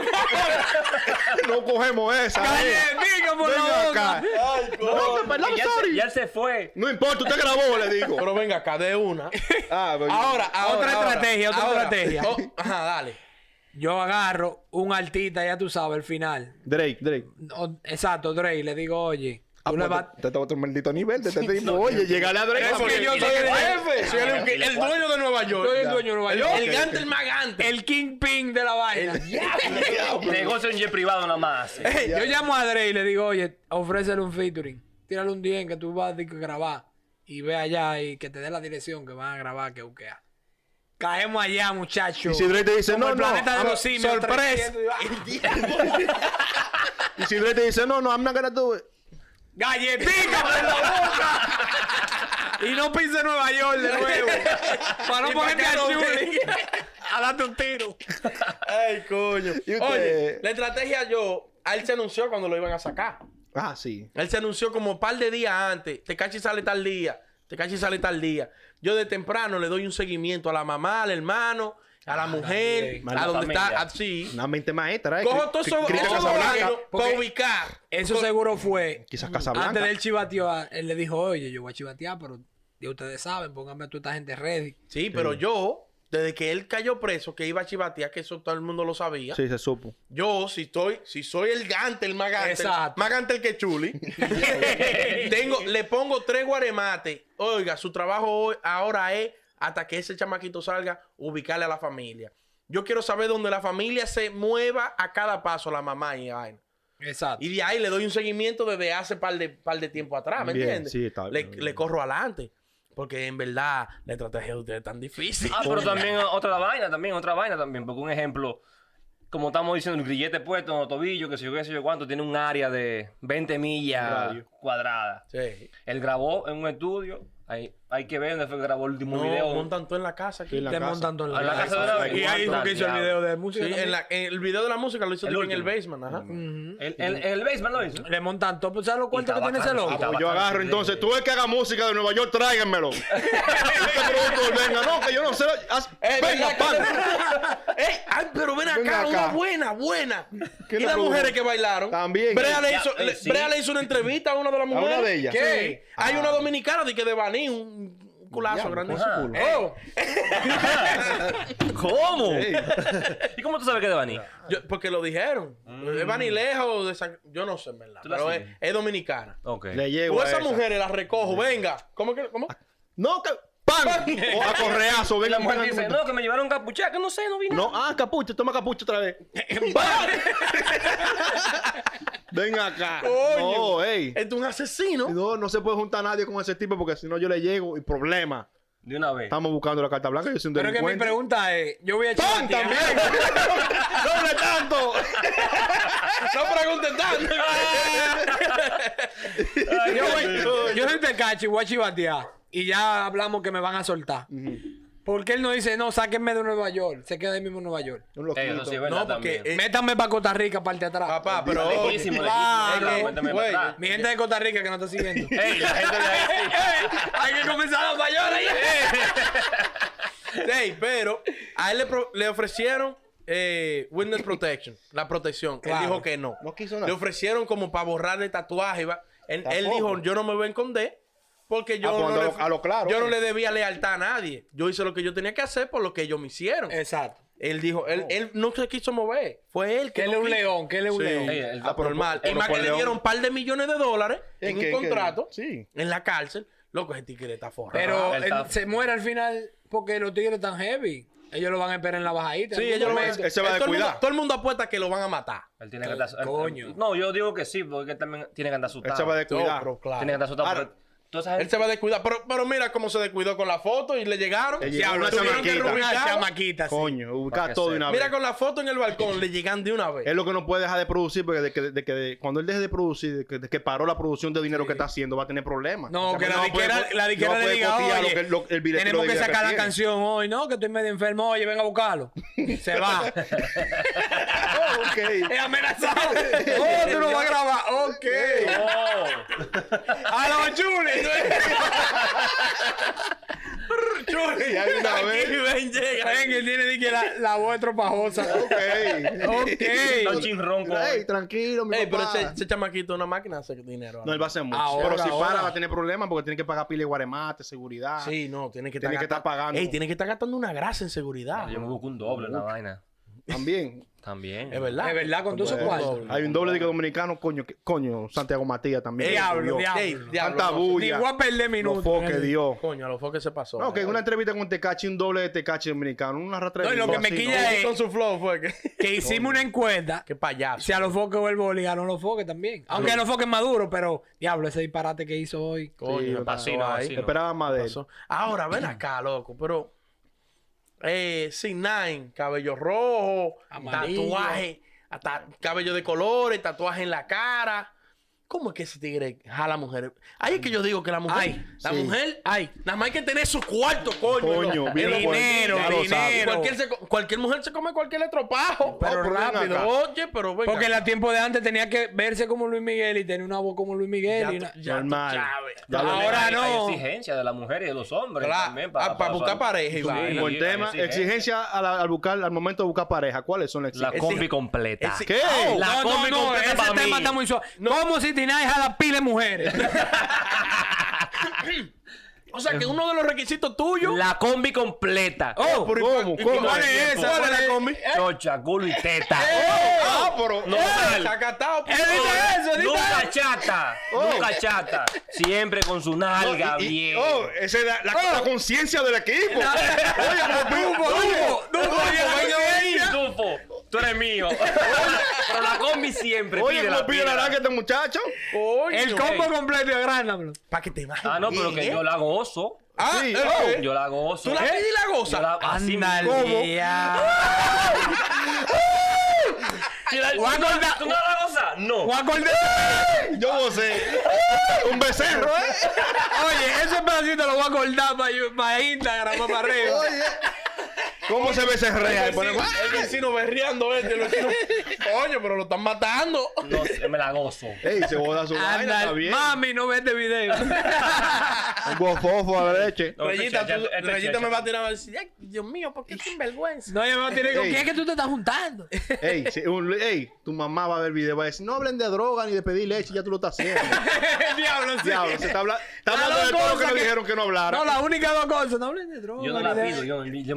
Speaker 2: no cogemos esa. eh.
Speaker 4: ¡Galletica por la
Speaker 2: Venga
Speaker 4: boca!
Speaker 2: acá.
Speaker 3: Ay, co-
Speaker 2: No,
Speaker 1: Y
Speaker 2: perdón,
Speaker 1: ya,
Speaker 2: sorry.
Speaker 1: se, ya se fue.
Speaker 2: No importa, usted grabó, le digo.
Speaker 3: Pero venga acá, de una.
Speaker 2: Ah, pero-
Speaker 3: Ahora, ahora.
Speaker 4: Otra
Speaker 3: ahora,
Speaker 4: estrategia, otra
Speaker 3: ahora.
Speaker 4: estrategia.
Speaker 3: Oh, ajá, dale.
Speaker 4: Yo agarro un artista, ya tú sabes, al final.
Speaker 2: Drake, Drake.
Speaker 4: No, exacto, Drake, le digo, oye,
Speaker 2: Ah,
Speaker 4: tú le
Speaker 2: pues,
Speaker 4: vas...
Speaker 2: Te tengo otro maldito nivel. Te, te digo, oye, llegale a Drake.
Speaker 3: Es
Speaker 2: porque-
Speaker 3: que yo soy el jefe. Soy el, el dueño de Nueva York.
Speaker 4: Soy el dueño de Nueva
Speaker 3: El-
Speaker 4: York.
Speaker 3: El
Speaker 4: Ok,
Speaker 3: gante, el más gante.
Speaker 4: El kingpin de la vaina.
Speaker 1: Negocio en jet privado nada más.
Speaker 4: Ey, yo llamo a Dre y le digo, oye, ofrécele un featuring. Tírale un día en que tú vas a di- grabar y ve allá y que te dé la dirección que van a grabar, que buquea. Caemos allá, muchachos.
Speaker 2: Y si Dre te dice,
Speaker 4: Como
Speaker 2: no,
Speaker 4: el
Speaker 2: no,
Speaker 3: Ah,
Speaker 4: planeta de
Speaker 2: ahora,
Speaker 4: los simios,
Speaker 2: sorpresa.
Speaker 4: 300, y-
Speaker 2: Y si Drake te dice, no, no, I'm not gonna do it.
Speaker 4: ¡Galletica por la boca! y no pise Nueva York de nuevo. para no
Speaker 3: Y pa'
Speaker 4: ponerte
Speaker 3: que
Speaker 4: al
Speaker 3: no
Speaker 4: chuli.
Speaker 3: venga.
Speaker 4: a darte un tiro.
Speaker 3: Ay, coño.
Speaker 2: ¿Y usted?
Speaker 3: Oye, la estrategia yo, a él se anunció cuando lo iban a sacar.
Speaker 2: Ah, sí.
Speaker 3: Él se anunció como un par de días antes. Te cachi sale tal día. Te cachi sale tal día. Yo de temprano le doy un seguimiento a la mamá, al hermano, a la mujer,
Speaker 1: Mano,
Speaker 3: a donde está, Ah,
Speaker 1: familia.
Speaker 3: así.
Speaker 2: Una mente maestra, eh.
Speaker 3: Cojo todo eso,
Speaker 2: Cristo
Speaker 3: eso
Speaker 2: Casablanca.
Speaker 3: para
Speaker 4: Porque-
Speaker 3: ubicar.
Speaker 4: Eso seguro fue.
Speaker 2: Quizás Casablanca.
Speaker 4: Antes de él chivatear, él le dijo, oye, yo voy a chivatear, pero ya ustedes saben, pónganme a toda esta gente ready.
Speaker 3: Sí, pero yo, desde que él cayó preso, que iba a chivatear, que eso todo el mundo lo sabía.
Speaker 2: Sí, se supo.
Speaker 3: Yo, si estoy, si soy el gante, el más gante,
Speaker 4: Exacto.
Speaker 3: más gante el que chuli, tengo, le pongo tres guaremates. Oiga, su trabajo hoy, ahora es, hasta que ese chamaquito salga, ubicarle a la familia. Yo quiero saber dónde la familia se mueva a cada paso, la mamá y vaina.
Speaker 4: Exacto.
Speaker 3: Y de ahí le doy un seguimiento desde hace par de, par de tiempo atrás, ¿me
Speaker 2: Bien,
Speaker 3: entiendes?
Speaker 2: sí, está
Speaker 3: le,
Speaker 2: bien.
Speaker 3: le corro adelante. Porque en verdad la estrategia de ustedes es tan difícil.
Speaker 1: Ah, pero también otra vaina, también otra vaina también. Porque un ejemplo, como estamos diciendo, el grillete puesto en los tobillos, que sé yo qué sé yo cuánto, tiene un área de 20 millas
Speaker 3: Radio.
Speaker 1: cuadradas.
Speaker 3: Sí.
Speaker 1: Él grabó en un estudio. Hay, hay que ver dónde fue que grabó el último
Speaker 3: No,
Speaker 1: video.
Speaker 3: montan todo en la casa. aquí.
Speaker 2: Sí, la
Speaker 4: Te
Speaker 2: casa.
Speaker 4: montan todo en la
Speaker 1: A la
Speaker 4: casa.
Speaker 1: casa de la-
Speaker 4: Y ahí fue que hizo el
Speaker 1: Diablo.
Speaker 4: video de música.
Speaker 3: Sí, en
Speaker 4: también.
Speaker 3: la- en el video de la música lo hizo
Speaker 1: El
Speaker 3: tipo en el
Speaker 1: último.
Speaker 3: basement, ajá.
Speaker 1: El, el, el basement lo hizo.
Speaker 4: Le montan todo. pues, ¿Sabes los cuartos que tiene ese
Speaker 1: bacano,
Speaker 4: loco?
Speaker 1: y está
Speaker 2: Pues yo
Speaker 1: bacano,
Speaker 2: agarro
Speaker 1: sí,
Speaker 2: entonces,
Speaker 1: sí.
Speaker 2: tú el que haga música de Nueva York, tráiganmelo. este productor, venga, no, que yo no sé. haz-
Speaker 3: Eh,
Speaker 2: venga, pan.
Speaker 3: Ey, Eh, ay, pero ven acá,
Speaker 2: Ven acá.
Speaker 3: una buena, buena.
Speaker 2: ¿Qué
Speaker 3: Y
Speaker 2: le
Speaker 3: las
Speaker 2: produjo?
Speaker 3: mujeres que bailaron.
Speaker 2: También.
Speaker 3: Brea le,
Speaker 1: Ya,
Speaker 3: hizo,
Speaker 1: eh,
Speaker 3: le-
Speaker 1: sí.
Speaker 3: Brea le hizo una entrevista a una de las
Speaker 2: una
Speaker 3: mujeres.
Speaker 2: de ellas? Ah.
Speaker 3: ¿Qué? Hay una dominicana de que de Baní, un culazo
Speaker 2: Diablo,
Speaker 3: grande.
Speaker 1: ajá.
Speaker 2: culo.
Speaker 3: Oh,
Speaker 1: ¿Cómo?
Speaker 2: Ey,
Speaker 1: ¿Y cómo tú sabes que es de Baní?
Speaker 3: yo- porque lo dijeron. Es vanilejo de San- Yo no sé, en verdad.
Speaker 1: Mm. ¿Tú la
Speaker 3: Pero es,
Speaker 1: sigues?
Speaker 3: es dominicana.
Speaker 1: Ok.
Speaker 2: Le llego.
Speaker 3: O
Speaker 2: a
Speaker 3: esas
Speaker 2: esa.
Speaker 3: mujeres las recojo, venga. ¿Cómo que? ¿Cómo?
Speaker 2: No, que. ¡Pan! O a correazo,
Speaker 1: Y
Speaker 2: venga,
Speaker 1: la mujer dice,
Speaker 2: no.
Speaker 1: no, que me llevaron capucha, que no sé, no vi nada.
Speaker 2: No, ah, capucho, toma capucho otra vez. venga acá.
Speaker 3: Coño.
Speaker 2: No, ey.
Speaker 3: Este es un asesino.
Speaker 2: No, no se puede juntar nadie con ese tipo porque si no yo le llego y problema.
Speaker 1: De una vez.
Speaker 2: Estamos buscando la carta blanca, yo soy un
Speaker 4: Pero que mi
Speaker 2: delincuente.
Speaker 4: pregunta es, yo voy a
Speaker 2: ¡Pan
Speaker 4: chivatear.
Speaker 2: también! ¡Doble tanto!
Speaker 3: No pregunten tanto.
Speaker 1: Ay,
Speaker 4: Yo,
Speaker 1: Dios mío.
Speaker 4: voy- yo soy Tecachi, voy a chivatear. Y ya hablamos que me van a soltar. ¿Por qué él no dice, no, sáquenme de Nueva York? Se queda ahí mismo en Nueva York.
Speaker 2: Un
Speaker 1: Eh,
Speaker 2: loquito.
Speaker 1: eso sí es verdad
Speaker 3: No, porque.
Speaker 1: también.
Speaker 3: eh,
Speaker 4: Métanme para Costa Rica, parte de atrás.
Speaker 3: papá, pero.
Speaker 1: Lejísimo, lejísimo,
Speaker 4: claro,
Speaker 1: claro, méteme
Speaker 3: güey.
Speaker 1: para atrás.
Speaker 4: Mi gente de Costa Rica que no está siguiendo.
Speaker 1: Ey, la gente de ahí sí.
Speaker 4: Hay que comenzar a Nueva York ahí.
Speaker 3: Ey, pero a él le, pro- le ofrecieron eh, witness protection, la protección.
Speaker 4: Claro.
Speaker 3: Él dijo que no.
Speaker 2: No quiso nada.
Speaker 3: Le ofrecieron como para borrarle tatuaje. va. Él, él
Speaker 2: Tampoco.
Speaker 3: dijo, yo no me voy a esconder porque yo,
Speaker 2: Ah, pues,
Speaker 3: no, le,
Speaker 2: a lo- a lo claro,
Speaker 3: yo no
Speaker 2: eh.
Speaker 3: le debía lealtad a nadie. Yo hice lo que yo tenía que hacer por lo que ellos me hicieron.
Speaker 4: Exacto.
Speaker 3: Él dijo,
Speaker 2: Oh.
Speaker 3: él, él no se quiso mover. Fue él que
Speaker 4: Que él
Speaker 3: no
Speaker 4: es un
Speaker 3: quiso.
Speaker 4: león, que él es un
Speaker 3: Sí.
Speaker 4: león.
Speaker 1: Ey, el-
Speaker 2: Ah, pero-
Speaker 3: Normal.
Speaker 1: pero
Speaker 3: y más
Speaker 1: por
Speaker 3: que le
Speaker 1: León.
Speaker 3: dieron un par de millones de dólares
Speaker 2: ¿En
Speaker 3: en
Speaker 2: qué-
Speaker 3: un
Speaker 2: qué?
Speaker 3: contrato
Speaker 2: Sí.
Speaker 3: en la cárcel. Loco, ese tigre está forrado.
Speaker 4: Pero
Speaker 1: Ah,
Speaker 4: él
Speaker 1: él está-
Speaker 4: se muere al final porque los tigres están heavy. Ellos lo van a esperar en la bajadita.
Speaker 3: Sí,
Speaker 4: En algún
Speaker 3: ellos lo van a-
Speaker 4: momento.
Speaker 2: Él se va a
Speaker 3: todo el mundo-
Speaker 2: descuidar.
Speaker 3: Todo el mundo apuesta que lo van a matar.
Speaker 1: Él tiene que andar él-
Speaker 4: Coño.
Speaker 1: él- No, yo digo que sí, porque él también tiene que andar asustado.
Speaker 2: Él se va a
Speaker 3: No,
Speaker 2: descuidar.
Speaker 3: pero claro.
Speaker 1: Tiene que andar asustado.
Speaker 2: Ahora,
Speaker 1: porque toda esa
Speaker 3: Él
Speaker 1: gente-
Speaker 3: se va a descuidar. Pero, pero mira cómo se descuidó con la foto y le llegaron.
Speaker 2: Le llegó
Speaker 3: Diablo,
Speaker 2: una
Speaker 3: tuvieron que
Speaker 2: chamaquita.
Speaker 4: Una
Speaker 3: rubricar.
Speaker 4: Ah, chamaquita. sí.
Speaker 2: Coño,
Speaker 1: Para
Speaker 2: ubicar
Speaker 1: que
Speaker 2: todo de
Speaker 1: sepa.
Speaker 2: una vez.
Speaker 3: Mira con la foto en el balcón, le llegan de una vez.
Speaker 2: Es lo que no puede dejar de producir, porque de que, de que- de- cuando él deje de producir, de que, de que paró la producción de dinero que está haciendo, va a tener problemas.
Speaker 4: No, que la
Speaker 2: puede
Speaker 4: disquera,
Speaker 2: co-
Speaker 4: la disquera
Speaker 2: no
Speaker 4: le
Speaker 2: puede
Speaker 4: diga,
Speaker 2: copiar lo
Speaker 4: oye,
Speaker 2: que- lo- el video-
Speaker 4: tenemos
Speaker 2: lo
Speaker 4: que
Speaker 2: video
Speaker 4: sacar la
Speaker 2: tiene".
Speaker 4: canción hoy, ¿no? Que estoy medio enfermo, oye, venga a buscarlo. Se va.
Speaker 2: Oh, ok.
Speaker 4: es amenazado. Oh, tú no vas a grabar. Ok.
Speaker 1: ¡Oh!
Speaker 4: A los chules.
Speaker 2: Ya de una
Speaker 3: Aquí,
Speaker 2: vez.
Speaker 3: ven, llega.
Speaker 4: Ven, que tiene di que la, la voz estropajosa.
Speaker 2: Ok.
Speaker 1: Está un
Speaker 4: Ok.
Speaker 1: chinrón con
Speaker 2: Ey, tranquilo, mi
Speaker 3: Ey, pero
Speaker 2: papá.
Speaker 3: ese, ese chamaquito es una máquina de hacer dinero.
Speaker 2: No, él va a hacer mucho.
Speaker 4: Ahora,
Speaker 2: pero si
Speaker 4: ahora.
Speaker 2: para, va a tener problemas porque tiene que pagar pile de guaremate, seguridad.
Speaker 3: Sí, no, tiene que
Speaker 2: Tiene que estar
Speaker 3: gasta-
Speaker 2: pagando.
Speaker 3: Ey, tiene que estar gastando una grasa en seguridad.
Speaker 1: Yo me busco un doble en la vaina.
Speaker 2: También.
Speaker 1: También.
Speaker 3: Es verdad.
Speaker 4: Es verdad, con todos esos
Speaker 3: Un
Speaker 4: cuartos.
Speaker 3: doble.
Speaker 2: Hay un doble de dominicano, coño, que- coño, Santiago Matías también.
Speaker 4: Ey, Diablo,
Speaker 2: Dios.
Speaker 4: diablo.
Speaker 3: Ey, diablo.
Speaker 2: Tanta
Speaker 3: no,
Speaker 4: Ni
Speaker 2: bulla.
Speaker 4: voy a perder
Speaker 2: Los
Speaker 4: minutos.
Speaker 2: foques, Dios.
Speaker 3: Coño, a los focos se pasó.
Speaker 2: No, que en una entrevista con Tecachi, un doble de Tecachi dominicano, una rastra de
Speaker 4: No, y lo
Speaker 2: bigote
Speaker 4: que me
Speaker 2: así,
Speaker 4: quilla
Speaker 2: ¿no?
Speaker 4: es-
Speaker 3: Ey, Con su flow fue que...
Speaker 4: Que hicimos una encuesta.
Speaker 3: Qué payaso.
Speaker 4: Si a los foques vuelvo a ligar, no los foques también. Aunque a los foques maduro, pero diablo, ese disparate que hizo hoy.
Speaker 2: Sí,
Speaker 3: Coño,
Speaker 2: no,
Speaker 1: Así no, así no.
Speaker 2: Esperaba más de él.
Speaker 3: Pasó. Ahora, ven acá, loco, pero. Eh, sin nine, cabello rojo,
Speaker 4: Amarillo.
Speaker 3: tatuaje, hasta cabello de colores, tatuaje en la cara. ¿Cómo es que ese tigre jala mujeres? Ahí es que yo digo que la mujer,
Speaker 4: Ay,
Speaker 3: la
Speaker 2: sí.
Speaker 3: mujer,
Speaker 4: Ay.
Speaker 3: nada más hay que tener su cuarto, coño.
Speaker 2: Coño,
Speaker 3: loco.
Speaker 2: bien
Speaker 3: Eh,
Speaker 2: bueno.
Speaker 4: dinero,
Speaker 2: Ya lo sabe.
Speaker 4: dinero.
Speaker 3: Cualquier, se co- cualquier mujer se come cualquier estropajo.
Speaker 4: Pero
Speaker 3: Oh, ven
Speaker 4: rápido.
Speaker 3: acá. Oye, pero venga.
Speaker 4: Porque en el tiempo de antes tenía que verse como Luis Miguel y tener una voz como Luis Miguel.
Speaker 3: Ya
Speaker 4: y
Speaker 3: tú-
Speaker 4: una-
Speaker 3: ya tú
Speaker 2: Normal.
Speaker 3: sabes.
Speaker 2: Ya lo-
Speaker 4: Ahora
Speaker 1: Hay- hay
Speaker 4: no.
Speaker 1: exigencia de las mujeres y de los hombres
Speaker 3: Claro.
Speaker 1: también.
Speaker 3: Ah, para buscar pareja y
Speaker 1: Sí,
Speaker 3: vaina.
Speaker 2: Como el
Speaker 1: hay
Speaker 2: tema, exigencia al, al buscar, al momento de buscar pareja. ¿Cuáles son las
Speaker 1: La
Speaker 2: exigencias?
Speaker 1: combi completa.
Speaker 3: Ese- Oh,
Speaker 2: ¿Qué?
Speaker 3: Au.
Speaker 1: La
Speaker 4: no, no,
Speaker 1: combi
Speaker 4: no,
Speaker 1: completa
Speaker 4: ese
Speaker 1: pa' mí.
Speaker 4: tema está muy suave. ¿Cómo si Tinay jala pile mujeres?
Speaker 3: O sea, que uno de los requisitos tuyos.
Speaker 1: La combi completa. Eh,
Speaker 4: ¡Oh!
Speaker 2: Pero, ¿Cómo?
Speaker 3: ¿Y
Speaker 2: ¿Cómo?
Speaker 3: cuál es esa? ¿Cuál es la combi?
Speaker 2: Eh.
Speaker 1: Chocha, culo y teta. Oh,
Speaker 2: Ah, pero-
Speaker 3: Sacatao,
Speaker 2: Eh,
Speaker 4: Él dice eso, dice
Speaker 1: Nunca
Speaker 4: eso.
Speaker 1: chata. Nunca chata. Siempre con su nalga
Speaker 2: Oh. Y- y-
Speaker 1: bien. Ah.
Speaker 2: Oh, esa es la, la- la conciencia del equipo.
Speaker 4: Oye, Dumbo, Dumbo, Dumbo, oye, la
Speaker 1: Oye,
Speaker 4: vaina
Speaker 1: ey,
Speaker 4: buena.
Speaker 1: Tufo, tú eres mío. Pero la combi siempre.
Speaker 2: Oye,
Speaker 1: pídela,
Speaker 2: ¿cómo pide la
Speaker 1: pídela.
Speaker 2: larga este muchacho?
Speaker 3: Coño.
Speaker 4: El combo completo, agránamelo.
Speaker 3: Para que te imagines.
Speaker 1: Ah, no, pero que yo la gozo.
Speaker 3: Ah,
Speaker 2: Sí,
Speaker 3: eh,
Speaker 2: ok.
Speaker 3: eh,
Speaker 1: Yo la gozo.
Speaker 3: ¿Tú la pides y la
Speaker 1: Yo
Speaker 3: gozas?
Speaker 1: la- así mismo.
Speaker 4: Andalía.
Speaker 1: ¿Tú la-
Speaker 4: Voy a
Speaker 1: tú la-
Speaker 4: cortar.
Speaker 1: ¿Tú no la gozas? No.
Speaker 4: Voy a cortar-
Speaker 2: Yo gocé. Un becerro, ¿eh?
Speaker 4: Oye, ese pedacito lo voy a cortar para Instagram, pa' para arriba.
Speaker 2: Oye. ¿Cómo se becerrea? Y
Speaker 3: El
Speaker 2: ponemos-
Speaker 3: vecino, el vecino berreando este. el vecino- Coño, pero lo están matando.
Speaker 1: No sé, me la gozo.
Speaker 2: Ey, se boda su vaina,
Speaker 4: Anda,
Speaker 2: está bien.
Speaker 4: mami, no ve este video.
Speaker 2: Un gofofo a la leche.
Speaker 1: No,
Speaker 3: Rayita,
Speaker 1: este
Speaker 3: tú-
Speaker 1: chacha- este
Speaker 3: Rayita
Speaker 1: chacha-
Speaker 3: me va a tirar. va a decir, "Ay, Dios mío, ¿por qué sinvergüenza?
Speaker 4: No, yo me voy a tirar con
Speaker 2: Ey.
Speaker 4: quién es que tú te estás juntando.
Speaker 2: Ey, si un- ey, tu mamá va a ver el video y va a decir, no hablen de droga ni de pedir leche, ya tú lo estás haciendo.
Speaker 4: Diablo, sí.
Speaker 2: Diablo, se está, habla- está
Speaker 4: Las
Speaker 2: hablando de
Speaker 4: dos
Speaker 2: todo lo que
Speaker 4: cosas
Speaker 2: le
Speaker 4: que-
Speaker 2: dijeron que no hablara.
Speaker 4: No, la única dos cosas. No hablen de droga.
Speaker 1: Yo no la
Speaker 4: ni de-
Speaker 1: pido. Yo, yo, yo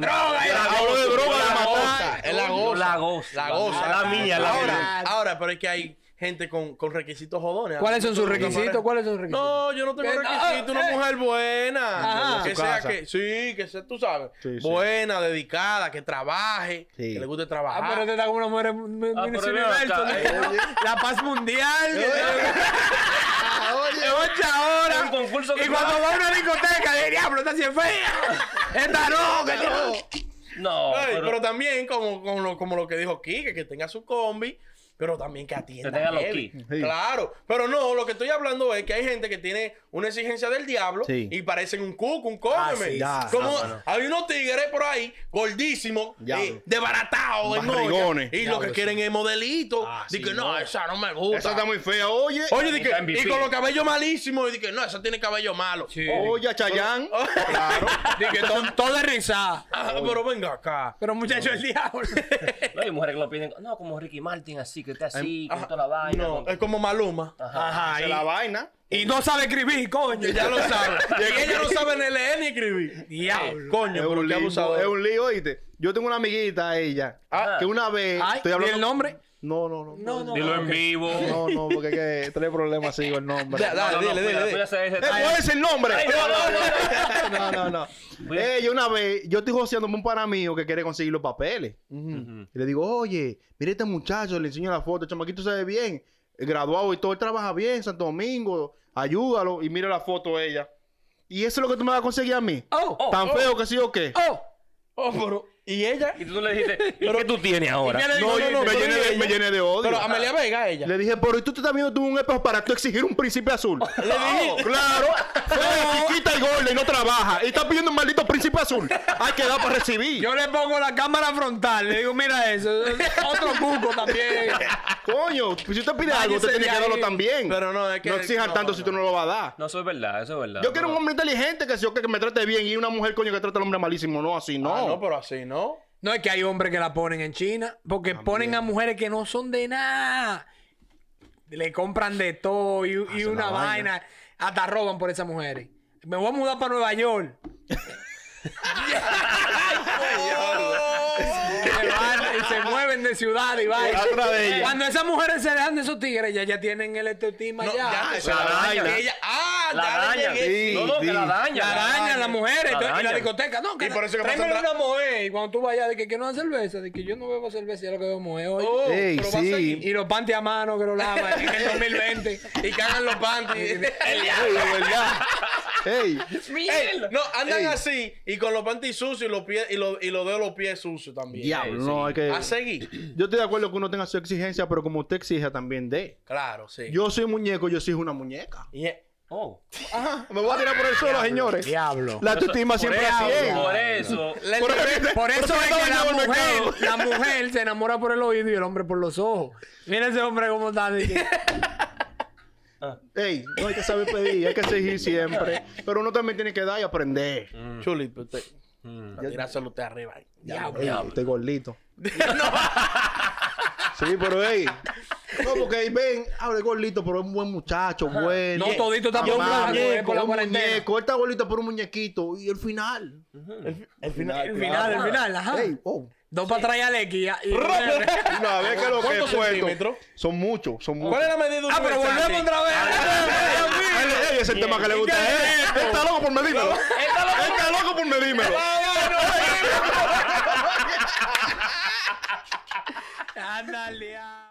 Speaker 1: yo la
Speaker 3: Droga,
Speaker 2: hablo
Speaker 1: gozo,
Speaker 2: de droga,
Speaker 1: yo
Speaker 2: de
Speaker 1: la gozo.
Speaker 2: matar.
Speaker 3: Es la
Speaker 1: Yo
Speaker 3: gozo.
Speaker 1: la gozo.
Speaker 3: La goza.
Speaker 1: La mía, la
Speaker 3: ahora,
Speaker 1: mía.
Speaker 3: Ahora, pero es que hay gente con, con requisitos jodones.
Speaker 4: ¿Cuáles son sus
Speaker 3: Nosotros,
Speaker 4: requisitos?
Speaker 3: no,
Speaker 4: ¿Cuáles son sus requisitos?
Speaker 3: No, yo no tengo
Speaker 4: Que no,
Speaker 3: requisitos. Una
Speaker 4: eh.
Speaker 3: mujer buena.
Speaker 4: Ajá.
Speaker 3: Que
Speaker 2: Su
Speaker 3: sea
Speaker 2: casa.
Speaker 3: que. Sí, que sea, tú sabes.
Speaker 2: Sí, sí.
Speaker 3: Buena, dedicada, que trabaje.
Speaker 2: Sí.
Speaker 3: Que le guste
Speaker 4: Ah,
Speaker 3: trabajar.
Speaker 4: pero te está como una mujer en- en-
Speaker 1: Ah,
Speaker 4: en
Speaker 1: pero
Speaker 4: ese
Speaker 1: ven
Speaker 4: universo,
Speaker 1: acá,
Speaker 2: eh,
Speaker 4: ¿no? La paz mundial. que
Speaker 2: Ah,
Speaker 4: De
Speaker 2: oye.
Speaker 4: 8 a
Speaker 1: Es un concurso que
Speaker 4: Y cuando
Speaker 1: va-
Speaker 4: va a una discoteca, de diablo, esta sí es fea. Esta no, que no.
Speaker 1: No,
Speaker 3: Ay, pero...
Speaker 1: pero
Speaker 3: también, como, como, lo, como lo que dijo Kike, que tenga su combi. pero también que atienda.
Speaker 1: Que tenga los
Speaker 3: heavy.
Speaker 1: keys.
Speaker 2: Sí.
Speaker 3: Claro, pero no, lo que estoy hablando es que hay gente que tiene una exigencia del diablo
Speaker 2: Sí.
Speaker 3: y parecen un cuco, un cómeme.
Speaker 4: sí,
Speaker 2: ya.
Speaker 3: Como
Speaker 2: Ah, bueno.
Speaker 3: hay unos tigres por ahí, gordísimos,
Speaker 2: Ya.
Speaker 3: eh, desbaratados, en
Speaker 2: Barrigones.
Speaker 3: olla, y lo que quieren es modelito.
Speaker 2: Ah,
Speaker 3: Dice
Speaker 2: sí,
Speaker 3: que no,
Speaker 2: no.
Speaker 3: esa no me gusta.
Speaker 2: Esa está muy fea, oye.
Speaker 3: Oye, di que-
Speaker 1: Está MVP.
Speaker 3: y con los cabellos malísimos, y dije, no, esa tiene cabello malo.
Speaker 2: eh, Oye, a Chayán. Claro.
Speaker 4: Di que son todas rizadas.
Speaker 3: Ah, pero venga acá.
Speaker 4: Pero muchacho, el diablo.
Speaker 1: No hay mujeres que lo piden. No, como Ricky Martin, así, que está así, con
Speaker 3: Ajá.
Speaker 1: toda la vaina.
Speaker 3: No, eh,
Speaker 1: con-
Speaker 3: es como Maluma.
Speaker 2: Ajá.
Speaker 4: Ajá,
Speaker 2: la vaina.
Speaker 4: y, y no sabe escribir, coño.
Speaker 3: Y ya lo sabe. y ella no sabe E ni leer ni escribir.
Speaker 4: Diablo.
Speaker 3: Coño,
Speaker 2: Es
Speaker 3: pero
Speaker 2: un,
Speaker 3: qué
Speaker 2: lío,
Speaker 3: abusador.
Speaker 2: es un lío, oíste. Yo tengo una amiguita, ella,
Speaker 1: Ah.
Speaker 2: que una vez.
Speaker 4: Ay,
Speaker 2: Eh, estoy
Speaker 4: ¿y
Speaker 2: hablando...
Speaker 4: el nombre?
Speaker 2: No, no, no.
Speaker 4: No, no.
Speaker 1: Dilo en vivo.
Speaker 2: No, no, porque es que trae problemas sigo el nombre.
Speaker 3: Da- da-
Speaker 2: Eh,
Speaker 1: No, no,
Speaker 3: dile, dile,
Speaker 1: cuida-
Speaker 3: dile.
Speaker 1: cuídase de ese-
Speaker 2: ¿Cuál es el nombre?
Speaker 1: Ay, no, no, no, no.
Speaker 2: No, no, no. Ella una vez, yo estoy joseándome un pana mío que quiere conseguir los papeles. Y le digo, oye, mira este muchacho, le enseño la foto, el chamaquito se ve bien, eh, graduado y todo, él trabaja bien, Santo Domingo, ayúdalo. Y mira la foto ella. Y eso es lo que tú me vas a conseguir a mí.
Speaker 4: Oh, oh,
Speaker 2: Tan feo que sí o qué.
Speaker 4: oh.
Speaker 3: Oh, pero- y ella.
Speaker 1: Y tú le dijiste, ¿y qué tú tienes ahora?
Speaker 4: Y me le-
Speaker 2: No,
Speaker 4: no,
Speaker 2: yo-
Speaker 4: no,
Speaker 2: me,
Speaker 3: pero
Speaker 2: llené
Speaker 3: ella-
Speaker 2: de, me llené de odio.
Speaker 3: Pero Amelia Vega, ella.
Speaker 2: le dije, pero ¿y tú te estás viendo tú en un espejo para tú exigir un príncipe azul?
Speaker 3: dije-
Speaker 2: claro. Fea, chiquita y gorda y no trabaja. Y estás pidiendo un maldito príncipe azul. Hay que dar para recibir.
Speaker 4: Yo le pongo la cámara frontal, le digo, mira eso, otro cuco también.
Speaker 2: Coño, pues si usted pide algo, usted
Speaker 4: Váyase
Speaker 2: tiene
Speaker 4: de
Speaker 2: que darlo
Speaker 4: ahí.
Speaker 2: también.
Speaker 3: Pero no, es que-
Speaker 2: No exijan
Speaker 3: no,
Speaker 2: tanto
Speaker 3: no.
Speaker 2: si tú no lo vas a dar.
Speaker 1: No, eso es verdad, eso es verdad.
Speaker 2: Yo quiero un hombre inteligente que, sí, que me trate bien y una mujer, coño, que trate al hombre malísimo. No, así no.
Speaker 3: Ah, no, pero así, ¿no?
Speaker 4: No es que hay hombres que la ponen en China, porque ponen a mujeres que no son de nada. Le compran de todo y, y una vaina. hasta roban por esas mujeres. Me voy a mudar para Nueva York.
Speaker 3: Oh,
Speaker 4: Se van y se mueven de ciudad y vaina.
Speaker 2: Atrás de ella.
Speaker 4: Cuando esas mujeres se dejan de esos tigres, ya, ya tienen el estetisma
Speaker 3: No,
Speaker 4: ya.
Speaker 3: ya, esa
Speaker 1: La
Speaker 3: es la
Speaker 1: araña.
Speaker 3: vaina. Ella- ah,
Speaker 1: La
Speaker 3: ya le
Speaker 1: araña.
Speaker 3: llegué.
Speaker 1: No, no, que la daña.
Speaker 4: La araña, las mujeres,
Speaker 1: La
Speaker 4: entonces, y la
Speaker 1: araña.
Speaker 4: discoteca. No, que
Speaker 3: Y por eso que
Speaker 4: tráeme
Speaker 3: pasan tra-
Speaker 4: una mujer. Y cuando tú vayas, de que, que no hay cerveza, de que yo no bebo cerveza, ya lo que bebo es mujer hoy.
Speaker 3: Oh,
Speaker 2: Ey,
Speaker 3: pero va a
Speaker 2: sí.
Speaker 3: seguir.
Speaker 4: Y los panties a mano que lo lavan en el 2020. Y cagan los panties.
Speaker 2: Ey, de verdad. Ey,
Speaker 3: Ey,
Speaker 1: Mierda.
Speaker 3: no, andan así y con los panties sucios y los pies y los, y los dedos de los pies sucios también.
Speaker 2: diablo, no, hay que.
Speaker 3: A seguir.
Speaker 2: Yo estoy de acuerdo que uno tenga su exigencia, pero como usted exija también de.
Speaker 3: Claro, sí.
Speaker 2: Yo soy muñeco, yo soy una muñeca.
Speaker 3: Y-
Speaker 1: Oh.
Speaker 2: Me voy a tirar por el suelo, señores.
Speaker 4: Diablo.
Speaker 2: La autoestima siempre eh. a
Speaker 1: por
Speaker 2: 100.
Speaker 1: eso, por eso.
Speaker 3: La-
Speaker 2: Por eso-
Speaker 4: Por eso
Speaker 2: por
Speaker 4: es
Speaker 2: eso
Speaker 4: que la
Speaker 2: dañaba el
Speaker 4: mujer,
Speaker 2: mercado.
Speaker 4: la mujer se enamora por el oído y el hombre por los ojos. Mira ese hombre cómo está. de que-
Speaker 2: Ey, no hay que saber pedir, hay que exigir siempre. Pero uno también tiene que dar y aprender.
Speaker 3: Chuli, pues, usted.
Speaker 2: Mm.
Speaker 3: Para tirárselo usted arriba. ahí.
Speaker 4: Diablo.
Speaker 2: Ey, estoy gordito. Sí, pero ey. No, porque ahí ven, abre gordito, pero es un buen muchacho, bueno.
Speaker 4: No todito está
Speaker 2: Amable,
Speaker 4: por la mujer, por la
Speaker 2: un
Speaker 4: cuarentena.
Speaker 2: muñeco, él está gordito por un muñequito. Y el final.
Speaker 3: El final.
Speaker 4: El final, el final, ajá.
Speaker 2: Ey, oh.
Speaker 4: Dos para traer a Lecky y, y-
Speaker 2: Una vez que lo que
Speaker 3: ¿Cuántos
Speaker 2: he puesto,
Speaker 3: centímetros?
Speaker 2: Son muchos, son muchos.
Speaker 3: ¿Cuál es la medida
Speaker 4: Ah, pero
Speaker 3: universal?
Speaker 4: volvemos otra vez.
Speaker 2: Ey, ey, ese es el tema que le gusta a él. Él Está loco por medímelo. Él Está loco por medímelo.
Speaker 4: Ándale, ah.